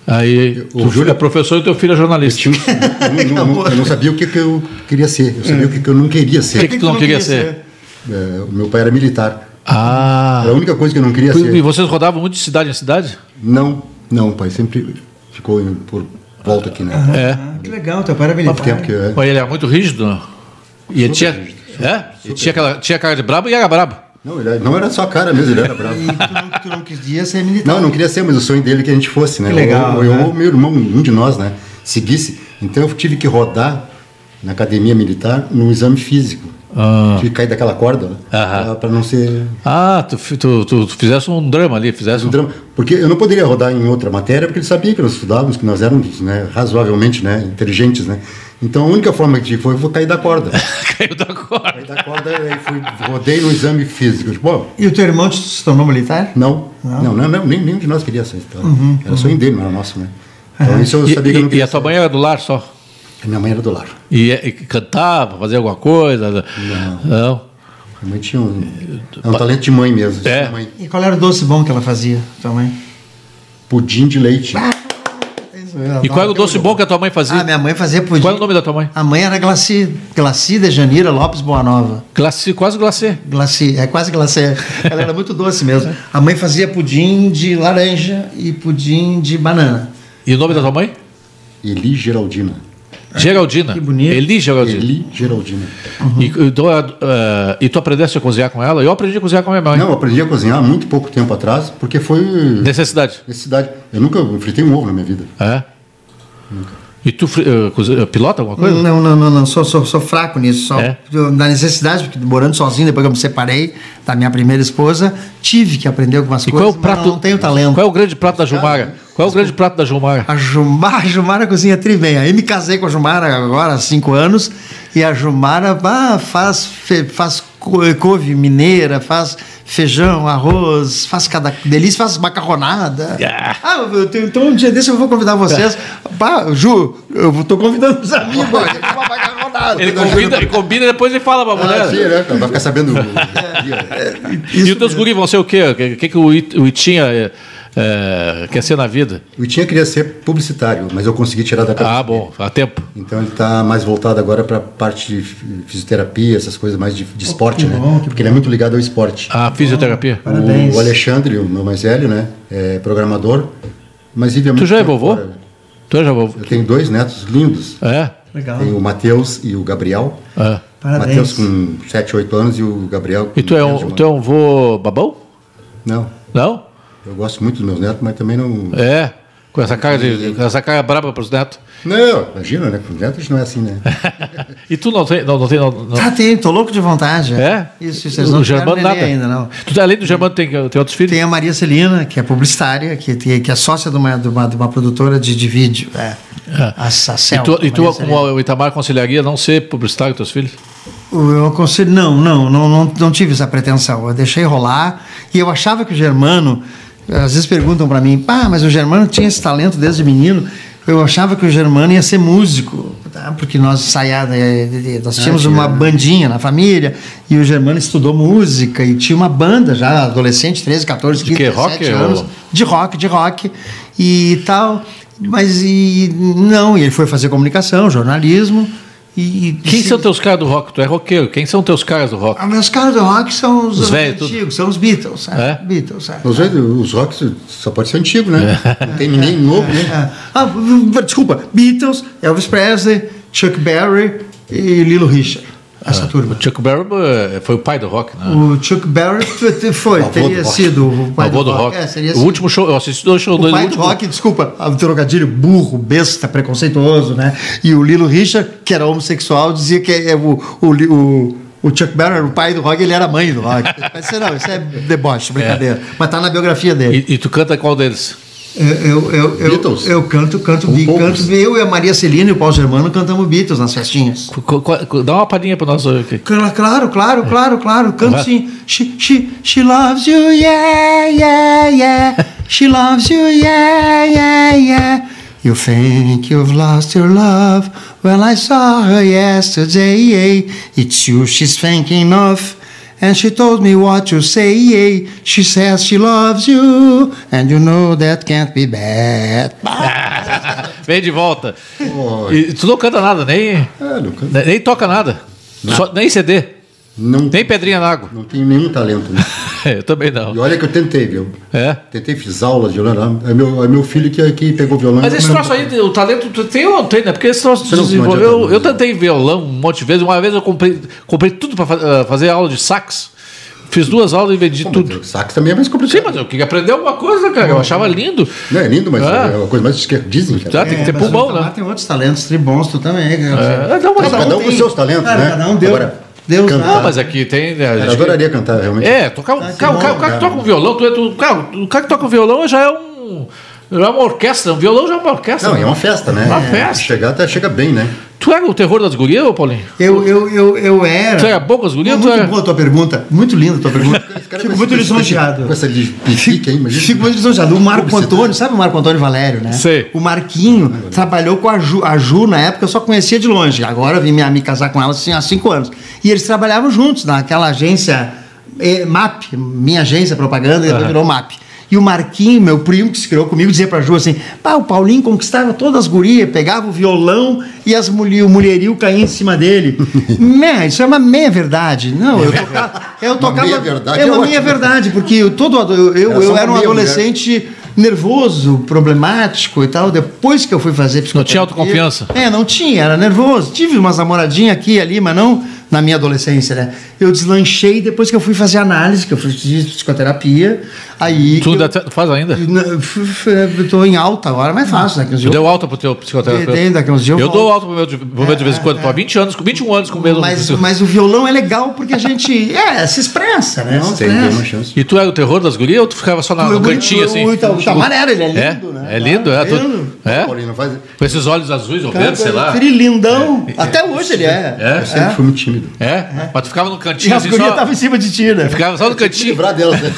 S1: Aí
S3: o
S1: o Júlio
S3: Júlio-
S1: é professor e teu filho é jornalista. O
S3: Eu não, não- eu não sabia o que, que eu queria ser. Eu sabia o que, que eu não queria
S1: que,
S3: ser.
S1: que tu não queria ser?
S3: É, o meu pai era militar.
S1: Ah.
S3: Era a única coisa que eu não queria
S1: E
S3: ser.
S1: vocês rodavam muito de cidade em cidade?
S3: Não, não, pai. Sempre ficou em- por volta aqui, né?
S1: É.
S2: Ah, que legal, teu pai era militar.
S3: Muito tempo que eu...
S1: Mas ele era muito rígido. né? E ele tinha. É? Ele tinha, aquela, tinha cara de brabo e era brabo.
S3: Não, ele era- não era só a cara mesmo, ele era bravo.
S2: E tu não, tu não queria ser militar.
S3: Não, eu não queria ser, mas o sonho dele é que a gente fosse, né?
S2: Que legal,
S3: Ou eu,
S2: né?
S3: ou meu irmão, um de nós, né? Seguisse. Então eu tive que rodar na academia militar no exame físico.
S2: Ah.
S3: Tive que cair daquela corda, né?
S1: Aham.
S3: Pra- Pra não ser
S1: Ah, tu, fi- tu, tu, tu fizesse um drama ali, fizesse
S3: um
S1: um.
S3: drama. Porque eu não poderia rodar em outra matéria, porque ele sabia que nós estudávamos, que nós éramos né, razoavelmente né, inteligentes, né? Então a única forma que tive foi, eu vou cair da corda.
S1: Caiu da corda.
S3: caí da corda e fui, rodei no exame físico. Tipo, ó,
S2: E o teu irmão te- se tornou militar?
S3: não, não, não, não, nem, nenhum de nós queria essa história. Era sonho dele, não era nosso, né? Então isso eu
S1: E,
S3: sabia que eu
S1: e,
S3: não
S1: e
S3: queria
S1: a tua
S3: ser.
S1: mãe era do lar só?
S3: A minha mãe era do lar.
S1: E, e cantava, fazia alguma coisa? Não.
S3: Minha mãe tinha um, é um talento de mãe mesmo.
S1: É.
S3: Minha Mãe,
S2: E qual era o doce bom que ela fazia, tua mãe?
S3: pudim de leite.
S1: Ah! E qual era o
S3: um
S1: doce bom que a tua mãe fazia?
S2: Ah, minha mãe fazia pudim.
S1: Qual era o nome da tua mãe?
S2: A mãe era Glaci, Glaci de Janira Lopes Boanova.
S1: Glaci, quase glacê.
S2: Glaci, é quase glacê. Ela era muito doce mesmo. A mãe fazia pudim de laranja e pudim de banana.
S1: E o nome da tua mãe?
S3: Eli Geraldina.
S1: Geraldina.
S2: Que bonito.
S1: Eli Geraldina.
S3: Eli Geraldina.
S1: E, e tu, ah, e tu aprendeste a cozinhar com ela? Eu aprendi a cozinhar com a minha mãe.
S3: Não, eu aprendi a cozinhar há muito pouco tempo atrás, porque foi
S1: Necessidade.
S3: necessidade. Eu nunca fritei um ovo na minha vida.
S1: É. E tu fri- ah, cozi- ah, pilota alguma coisa?
S2: Não, não, não, não. Sou, sou, sou fraco nisso. Só
S1: É?
S2: eu, na necessidade, porque morando sozinho, depois que eu me separei da minha primeira esposa, tive que aprender algumas
S1: E qual é
S2: coisas.
S1: o prato?
S2: Mas não tenho talento. né?
S1: Qual é o grande prato da Jumara? Qual é o grande prato da Jumara?
S2: A Jumara, a Jumara cozinha tri bem. Aí me casei com a Jumara agora há cinco anos. E a Jumara ah, faz, fe- faz co- couve mineira, faz feijão, arroz, faz cada delícia, faz macarronada.
S1: Yeah.
S2: Ah, eu tenho- então um dia desse eu vou convidar vocês. Bah, Ju, eu tô convidando os amigos. olha, uma macarronada.
S3: Claro,
S1: Ele
S3: tem que dar
S1: combina,
S3: ajuda
S1: ele combina e depois ele fala pra mulher.
S3: Ah, sim,
S2: é
S3: né? cara? Vai ficar sabendo. o dia, né?
S1: e os teus guris vão ser o quê? O que, que, que o It- o Itinha é, é, quer ser na vida?
S3: O Itinha queria ser publicitário, mas eu consegui tirar da cabeça.
S1: Ah, bom, há tempo.
S3: Então ele está mais voltado agora para parte de fi- fisioterapia, essas coisas mais de, de esporte, né?
S2: bom, que
S3: Porque ele é muito ligado ao esporte.
S1: A fisioterapia.
S2: Parabéns.
S3: O Alexandre, o meu mais velho, né? É programador, mas vive há
S1: Tu
S3: muito
S1: já é
S3: tempo
S1: vovô?
S3: fora.
S1: Tu já é vovô?
S3: Eu tenho dois netos lindos.
S1: É?
S2: Legal.
S3: Tem o Matheus e o Gabriel.
S1: é.
S2: Ah. Parabéns.
S3: Matheus com 7, 8 anos e o Gabriel com
S1: E tu é,
S3: menos de um
S1: um, tu é um vô babão?
S3: ano. Não,
S1: Não?
S3: eu gosto muito dos meus netos, mas também não...
S1: É. Com essa cara, de, com essa cara braba pros netos.
S3: Não, imagina, né? Com netos não é assim, né?
S1: E tu não tem. Não, não tem não, não-
S2: Ah, tem, tô louco de vontade.
S1: É?
S2: Isso, isso. Eles não tiveram neném ainda, não.
S1: Tu, tá, além do Germano, tem, tem outros filhos?
S2: Tem a Maria Celina, que é publicitária, que, tem- que é sócia de uma, de uma, de uma produtora de, de vídeo. É. A Sacel.
S1: E tu, e tu,
S2: Maria
S1: como o Itamar, aconselharia não ser publicitário com teus filhos?
S2: Eu aconselho, não, não, não, não, não tive essa pretensão. Eu deixei rolar e eu achava que o Germano, às vezes perguntam para mim, pá, mas o Germano tinha esse talento desde menino. Eu achava que o Germano ia ser músico, tá? porque nós ensaiada, nós
S1: Ah,
S2: tínhamos uma bandinha na família e o Germano estudou música e tinha uma banda já adolescente, 13, 14, 15,
S1: que?
S2: 17
S1: Rock
S2: anos
S1: ou-
S2: de rock, de rock e tal. Mas e não, e ele foi fazer comunicação, jornalismo e e
S1: Quem
S2: se-
S1: são teus caras do rock? Tu é roqueiro. Quem são teus caras do rock?
S2: ah, meus caras do rock são os,
S1: Os
S2: os
S1: velhos,
S2: antigos, são os Beatles, sabe?
S1: É?
S2: Beatles, sabe?
S3: Os, dois- os rocks só pode ser antigo, né?
S1: É.
S3: Não tem ninguém novo, né?
S2: É. Ah, v- v- desculpa, Beatles, Elvis Presley, Chuck Berry e Lilo Richard.
S1: Ah.
S2: Essa turma.
S1: Chuck Berry eh, foi o pai do rock, né?
S2: O Chuck Berry f- f- foi,
S3: Avô do
S2: teria
S3: rock.
S2: sido o
S1: O
S2: pai
S1: avô do rock.
S2: É, seria
S1: o
S2: sido.
S1: último show, eu assisti dois shows
S2: O
S1: dois.
S2: pai do
S1: último,
S2: rock, desculpa, o trocadilho burro, besta, preconceituoso, né? E o Lilo Richard, que era homossexual, dizia que é o, o, Li- o, o Chuck Berry era o pai do rock, ele era a mãe do rock. Mas isso não, isso é deboche, brincadeira. Mas tá na biografia dele.
S1: É. E, e tu canta qual deles?
S2: Eu, eu, eu, eu,
S3: Beatles?
S2: eu canto, canto,
S3: Com
S2: vi,
S3: poucos.
S2: canto. Eu e a Maria Celina e o Paulo Germano cantamos Beatles nas festinhas.
S1: Co- co- co- Dá uma palhinha pra nós. ouvir aqui.
S2: Cla- Claro, claro, claro, claro. Canto
S1: Vai.
S2: sim. She, she, she loves you, yeah, yeah, yeah. She loves you, yeah, yeah, yeah. You think you've lost your love? Well, I saw her yesterday. yeah. It's you she's thinking of. And she told me what you say. yeah. She says she loves you. And you know that can't be bad.
S1: Vem de volta.
S3: Pô,
S1: E tu não canta nada, nem,
S2: Ah,
S3: é, não, can-
S1: nem, nem toca nada. Só- nem CD.
S3: não,
S1: Nem pedrinha na água.
S3: não tenho nenhum talento. Né?
S1: eu também
S3: E
S1: não.
S3: olha que eu tentei, viu?
S1: É.
S3: Tentei, fiz aula de violão. É meu, é meu filho que, que pegou violão.
S1: Mas
S3: e
S1: esse
S3: não- é
S1: troço aí, o talento tu tem ou não tem, né? Porque esse troço
S3: Você não- não
S1: desenvolveu.
S3: adianta
S1: Eu,
S3: mesmo.
S1: eu tentei violão um monte de vezes. Uma vez eu comprei, comprei tudo pra fa- eh, fazer aula de sax. Fiz duas aulas e vendi
S3: Pô, mas
S1: tudo.
S3: o Sax também é mais
S1: Sim,
S3: complicado.
S1: mas eu queria aprender alguma coisa, cara. Eu achava lindo.
S3: Não é lindo, mas
S1: Ah.
S3: é uma coisa mais esquerda. Dizem, é. cara.
S1: Tá, tem que ter
S2: É, mas
S1: pulmão,
S2: o Itamar
S1: né?
S2: Tem outros talentos, tribons, tu também. cara.
S1: É, dá uma-
S3: Mas cada um com
S2: tem.
S3: seus talentos,
S2: Cara,
S3: né?
S2: Cada um deu.
S3: Agora,
S2: deu os-
S3: cantar.
S1: Ah, mas aqui tem. né, a
S3: Eu
S1: gente-
S3: adoraria cantar, realmente.
S1: É, tocar
S3: Ah,
S1: um, cara, o cara, o cara que toca um violão, tu, é- tu, cara, o cara que toca um violão já é um. Já é uma orquestra. Um violão já é uma orquestra.
S3: Não, é uma festa, né?
S1: Uma festa.
S3: Chegar até chega bem, né?
S1: Tu era o terror das gurias, ô Paulinho?
S2: Eu, eu, eu, eu era.
S1: Tu era bom com as
S2: É
S1: gurias? tu
S2: muito
S1: era- Tipo,
S2: boa a tua pergunta. Muito linda a tua pergunta.
S3: Cara,
S2: Fico
S3: com
S2: muito
S3: esse- Com
S2: lisonjeado.
S3: essa de pique, hein? Imagina. tá-
S2: Fico muito lisonjeado. O Marco
S3: Publicidade.
S2: Antônio, sabe o Marco Antônio Valério, né?
S1: Sei.
S2: O Marquinho trabalhou com a Ju. A Ju, na época, eu só conhecia de longe. Agora eu vim me, me casar com ela assim, há cinco anos. E eles trabalhavam juntos naquela agência eh, MAP, minha agência propaganda, e depois virou MAP. E o Marquinho, meu primo, que se criou comigo, dizia pra Ju assim: pá, o Paulinho conquistava todas as gurias, pegava o violão e as mulher, o mulherio caía em cima dele. Né, isso é uma meia verdade. Não, eu tocava. Eu tocava
S3: meia-verdade
S2: é
S3: é
S2: uma
S3: ótimo.
S2: meia verdade, porque eu, todo, ado- eu, eu,
S3: Era só
S2: eu
S3: né?
S2: era um
S3: meia mulher.
S2: adolescente nervoso, problemático e tal. Depois que eu fui fazer psicoterapia.
S1: Não tinha autoconfiança.
S2: É, não tinha, era nervoso. Tive umas namoradinhas aqui e ali, mas não na minha adolescência, né? Eu deslanchei depois que eu fui fazer análise, que eu fui fiz psicoterapia. Aí.
S1: Tu
S2: que eu-
S1: ainda te- faz ainda?
S2: Na- f- f- eu tô em alta agora, mas fácil, né? Que os dias-
S1: Deu alta pro teu psicoterapeuta?
S2: Dei- dei, daqui uns dias eu
S1: eu dou
S2: volto. É,
S1: alta pro meu, de- pro meu de vez em quando. Tô há 20 anos, com 21 anos com o mesmo
S2: Mas,
S1: psico-
S2: mas o violão é legal porque a gente é, se expressa, né? Se
S3: Não, tem
S2: expressa.
S3: uma chance.
S1: E tu era o terror das gurias ou tu ficava só na,
S2: O-
S1: no
S2: o-
S1: cantinho
S2: o-
S1: assim?
S2: O Ita- o Itamar era, ele é
S1: é,
S2: lindo, né?
S1: é lindo, é.
S2: Lindo.
S1: Tu, é?
S3: Paulinho, não faz.
S1: Com esses olhos azuis ou verdes, sei lá.
S2: Ele é lindão. Até hoje ele é.
S1: É?
S3: Eu sempre fui muito tímido.
S1: É? Mas tu ficava no cantinho
S2: E as
S1: assim
S2: gurias
S1: só.
S2: estavam em cima de ti, né?
S1: Ficava só no
S3: Se
S1: cantinho.
S3: livrar delas, né?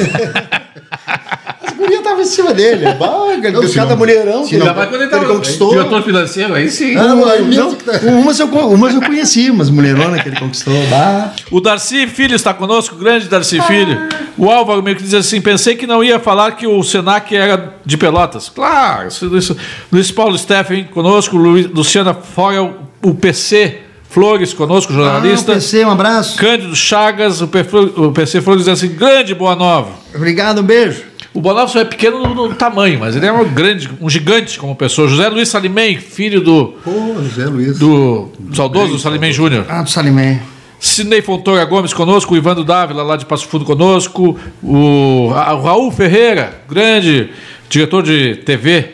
S2: As gurias estavam em cima dele. É Bah,
S3: Não, se
S2: cada
S3: não-
S2: mulherão.
S3: se
S2: que ele-
S3: não-
S4: Mas quando
S1: tá-
S4: ele
S2: ele
S4: tava
S2: conquistou.
S4: diretor financeiro, aí sim.
S2: Ah, não,
S3: Ah,
S2: eu-
S3: mesmo
S2: não,
S3: que tá-
S2: umas, eu, con- umas eu conheci, umas mulheronas que ele conquistou. Bah.
S1: O Darcy Filho está conosco, o grande Darcy Filho. O Álvaro meio que diz assim: pensei que não ia falar que o Senac era de Pelotas. Claro, isso- isso- Luiz Paulo Steffen conosco, Lu- Luciana Fora, o PC Flores conosco,
S2: Ah,
S1: jornalista.
S2: PC, um abraço.
S1: Cândido Chagas, o, P- o PC Flores diz assim: grande Boa Nova.
S2: Obrigado, um beijo.
S1: O Boa Nova só é pequeno no, no tamanho, mas ele é um grande, um gigante como pessoa. José Luiz Salimem, filho do,
S3: Pô, José Luiz.
S1: do saudoso Salimem Júnior.
S2: Ah, do Salimé.
S1: Sidney Fontoura Gomes conosco, o Ivandro Dávila lá de Passo Fundo conosco, o, Ra- o Raul Ferreira, grande diretor de TV,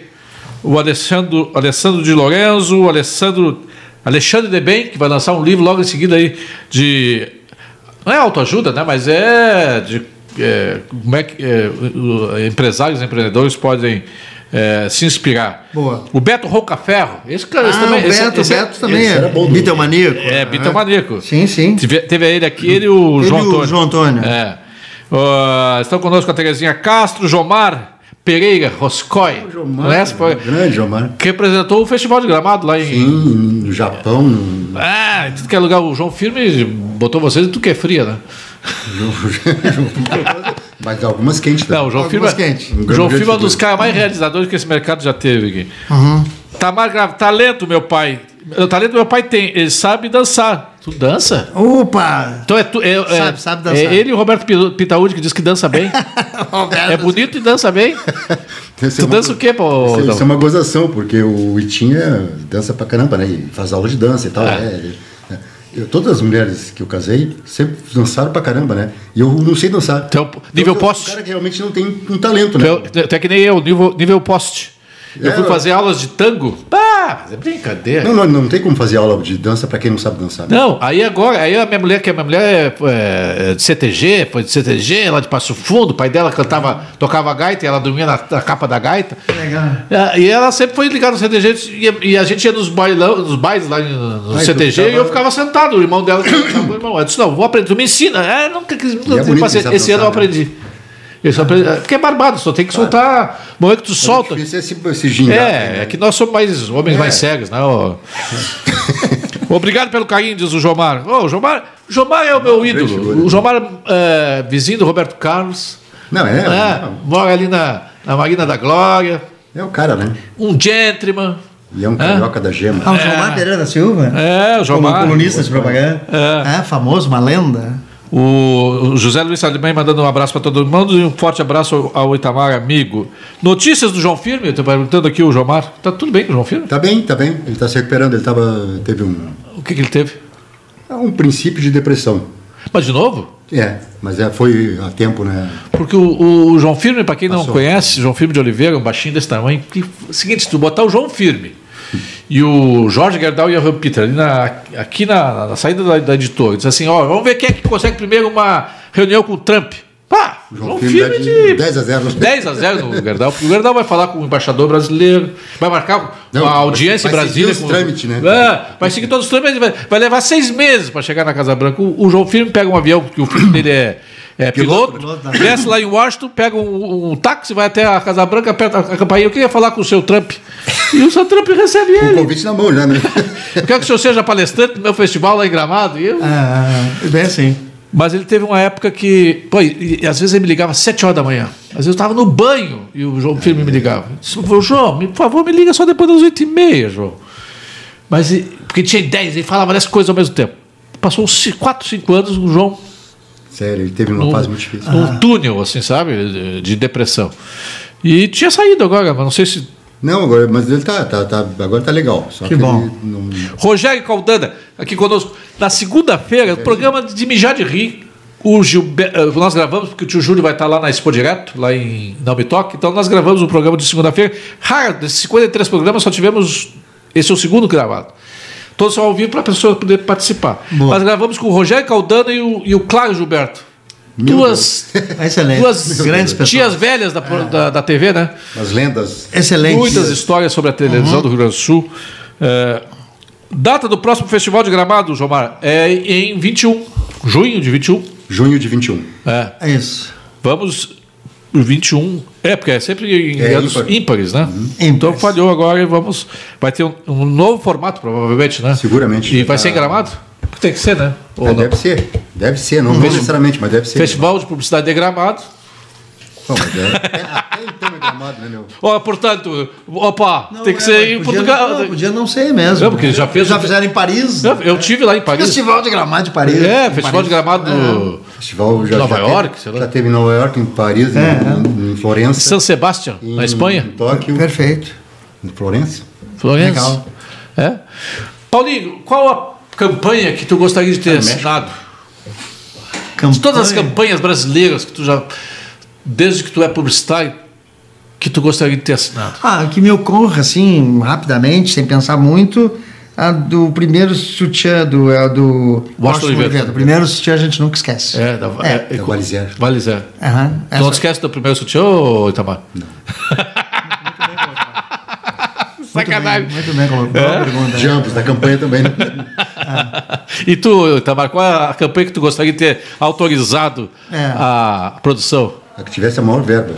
S1: o Alessandro, Alessandro de Lorenzo, o Alessandro, Alexandre de Bem, que vai lançar um livro logo em seguida aí de. Não é autoajuda, né? Mas é de. é, como é que é, o- o- empresários e empreendedores podem é, se inspirar.
S2: Boa.
S1: O Beto Rocaferro, esse cara esse
S2: ah,
S1: também.
S2: o
S1: esse-
S2: Beto,
S1: esse
S2: o Beto também
S3: esse
S2: é
S3: era bom do-
S2: bitomaníaco.
S1: É, é bitomaníaco.
S2: Sim, sim.
S1: Tive- teve ele aqui, ele e o
S2: Ele
S1: João
S2: e o
S1: Antônio.
S2: João Antônio.
S1: É. Ah, estão conosco a Terezinha Castro, Jomar Pereira Roscoe.
S3: Jomar,
S1: Conhece? Foi-
S3: grande Jomar.
S1: Que representou o Festival de Gramado lá em.
S3: Sim, no Japão, no-
S1: Ah, em tudo que é lugar. O João Firme botou vocês e tu que é fria, né?
S3: mas algumas quentes
S2: Tá.
S3: também.
S1: Não, o João Firme.
S2: Algumas quentes.
S1: O João
S3: Grande
S1: Firme é um dos
S3: figura.
S1: caras mais realizadores que esse mercado já teve aqui.
S2: Uhum.
S1: Tamar Grave, talento, meu pai. O talento meu pai tem, ele sabe dançar. Tu dança?
S2: Opa!
S1: Então é tu. É, é-
S2: Sabe, sabe dançar.
S1: É ele e o Roberto Pi- Pitaúdi que diz que dança bem.
S2: Roberto.
S1: É bonito e dança bem.
S3: Esse é
S1: Tu
S3: uma-
S1: dança o quê, pô?
S3: Isso, isso é
S1: Dom?
S3: uma gozação, porque o Itinha dança pra caramba, né? E faz aula de dança e tal.
S1: É.
S3: né? Ele- né? Eu- todas as mulheres que eu casei sempre dançaram pra caramba, né? E eu não sei dançar.
S1: Tu é um- nível Então,
S3: eu-
S1: poste. é
S3: O cara que realmente não tem um talento, né?
S1: Eu- Até que nem eu, nível, nível poste. Eu
S3: É,
S1: fui
S3: eu-
S1: fazer aulas de tango. Pá, é brincadeira.
S3: Não, não, não tem como fazer aula de dança pra quem não sabe dançar. né?
S1: Não, aí agora, aí a minha mulher, que a minha mulher é, é, é de CTG, foi de CTG, lá de Passo Fundo, o pai dela cantava, tocava gaita e ela dormia na, na capa da gaita.
S2: Legal.
S1: É, E ela sempre foi ligada no CTG e, e a gente ia nos, bailão, nos bailes lá em- no
S3: Ai, tu
S1: CTG e
S3: ficava-
S1: eu ficava sentado, o irmão dela que o irmão. Eu disse, não, vou aprender, tu me ensina. É, nunca quis, nunca
S3: E é
S1: tive
S3: bonito
S1: paciência.
S3: saber
S1: Esse ano eu
S3: dançar, né?
S1: aprendi. Eu só aprendi. Porque é barbado, só tem que soltar. O momento que tu solta.
S3: Difícil é Esse, esse né? gingar,
S1: É, é que nós somos mais homens
S3: É.
S1: mais cegos, né? ó. Obrigado pelo carinho, diz o Jomar. Ô, o Jomar, o Jomar é o
S3: Ah,
S1: meu ídolo.
S3: figura.
S1: O Jomar é vizinho do Roberto Carlos,
S3: Não, é,
S1: né?
S3: não,
S1: mora ali na, na Marina da Glória,
S3: é o cara, né?
S1: um gentleman.
S3: E é um carioca da gema.
S2: Ah, o Jomar Pereira da Silva?
S1: É, o Jomar.
S2: Como um colunista de propaganda. É. famoso, uma lenda.
S1: O José Luiz Salimem mandando um abraço para todo mundo e um forte abraço ao- ao Itamar, amigo. Notícias do João Firme, eu tô perguntando aqui o Jomar. Tá tudo bem com o João Firme?
S3: Tá bem, tá bem. Ele tá se recuperando. Ele tava, teve um,
S1: O que, que ele teve?
S3: um princípio de depressão.
S1: Mas de novo?
S3: É, mas é, foi a tempo, né?
S1: Porque o, o- o João Firme, para quem não
S3: Passou.
S1: conhece, João Firme de Oliveira, um baixinho desse tamanho. Que, seguinte, se tu botar o João Firme e o Jorge Gerdau e o Ram Peter ali na- aqui na, na saída da, da editora, diz assim: ó, vamos ver quem é que consegue primeiro uma reunião com o Trump. Pá, o João,
S3: João
S1: Firme,
S3: Firme
S1: Um
S3: dá
S1: de,
S3: de 10 a 0.
S1: 10 a 0 no Gerdau, porque o Gerdau vai falar com o embaixador brasileiro, vai marcar
S3: Não,
S1: uma
S3: vai-
S1: audiência em
S3: vai
S1: Brasília.
S3: seguir
S1: com-
S3: os trâmites, né?
S1: É, vai seguir todos os trâmites, vai, vai levar seis meses para chegar na Casa Branca. O, o João Firme pega um avião, que o filho dele é, é piloto,
S3: né?
S1: desce lá em Washington, pega um, um táxi, vai até a Casa Branca, aperta a campainha. Eu queria falar com o seu Trump. E o seu Trump recebe
S3: O
S1: ele.
S3: convite na mão, né?
S1: Eu quero que o senhor seja palestrante no meu festival lá em Gramado. E eu-
S2: É, bem assim.
S1: mas ele teve uma época que. Pô, e, e às vezes ele me ligava às 7 horas da manhã. Às vezes eu estava no banho e o João Firme me ligava. Eu disse, "Ô, João, me- por favor, me liga só depois das 8 e meia, João. Mas e- porque tinha 10, ele falava dessas coisas ao mesmo tempo. Passou uns 4, 5 anos o João
S3: Sério, ele teve uma
S1: num,
S3: fase muito difícil. Ah.
S1: num túnel, assim, sabe? De, de depressão. E tinha saído agora, mas não sei se.
S3: Não, agora, mas ele tá, tá, tá- agora tá legal. Só
S2: Que
S3: que,
S2: bom.
S3: ele não-
S1: Rogério Caldana, aqui conosco. Na segunda-feira, o programa de mijar de rir. O Gilber- eh, nós gravamos, porque o tio Júlio vai estar lá na Expo Direto, lá em Não Me Toque. Então nós gravamos o programa de segunda-feira. Raro, desses 53 programas, só tivemos. Esse é o segundo gravado. Então, Todos são ao vivo para a pessoa poder participar.
S2: Boa.
S1: Nós gravamos com o Rogério Caldana e o, e o Claro Gilberto. Duas,
S2: Excelente.
S1: duas
S2: Grandes pessoas. É.
S1: tias velhas da, pro- da, da TV, né?
S3: As lendas.
S2: Excelente.
S1: Muitas histórias sobre a
S3: Uhum.
S1: televisão do Rio Grande do Sul. É, data do próximo Festival de Gramado, Jomar, é em 21, junho de 21.
S3: Junho de 21.
S1: É,
S2: É isso.
S1: vamos por 21. É, porque é sempre em
S3: É,
S1: anos
S3: ímpar. Uhum.
S1: ímpares, né? Então
S2: Ímpares.
S1: falhou agora e vamos. Vai ter um, um novo formato, provavelmente, né?
S3: Seguramente.
S1: E vai
S3: Ah.
S1: ser em gramado? Tem que ser, né? Ou
S3: É,
S1: não?
S3: deve ser, deve ser, não, não necessariamente, mas deve ser.
S1: Festival de Publicidade de Gramado.
S3: Não, mas é, é, até então é gramado, né, meu?
S1: Ó, portanto, opa,
S2: Não,
S1: tem que
S2: é,
S1: ser
S2: mas
S1: em
S2: podia
S1: Portugal. né?
S2: Não, podia não ser mesmo.
S1: Não, porque já fez-
S2: Já fizeram em Paris.
S1: Eu- Eu tive lá em Paris.
S2: Festival de Gramado de Paris.
S1: É,
S2: Em
S1: Festival de
S2: Paris. É,
S1: Gramado
S3: Festival já,
S1: Nova
S3: já teve-
S1: York, sei lá.
S3: Já teve em Nova York, em Paris,
S2: É,
S3: em- em, Florença.
S1: San Sebastián,
S3: em,
S2: Hum,
S1: na Espanha.
S3: Em Tóquio.
S2: Perfeito.
S3: Em Florença.
S1: Florença.
S2: Legal.
S1: É. Paulinho, qual a campanha que tu gostaria
S2: Ah,
S1: de ter assinado? De todas as
S2: Campanha.
S1: campanhas brasileiras que tu já. Desde que tu é publicitário, que tu gostaria de ter assinado.
S2: Ah, o que me ocorre, assim, rapidamente, sem pensar muito, a do primeiro sutiã do, é, a do Washington
S1: Oliveira.
S2: Oliveira. O primeiro sutiã a gente nunca esquece.
S1: É, da
S2: É.
S1: é,
S3: Da Valizier.
S1: Valizer.
S2: Aham,
S1: Tu não
S2: essa-
S1: esquece do primeiro sutiã, ô, Itamar?
S2: muito
S1: Sacanagem. É.
S2: Bem, muito bem, colocado. Boa pergunta.
S3: De ambos, da campanha também. né?
S1: E tu, Itamar, qual é a campanha que tu gostaria de ter autorizado
S2: É.
S1: a produção?
S3: A que tivesse a maior verba.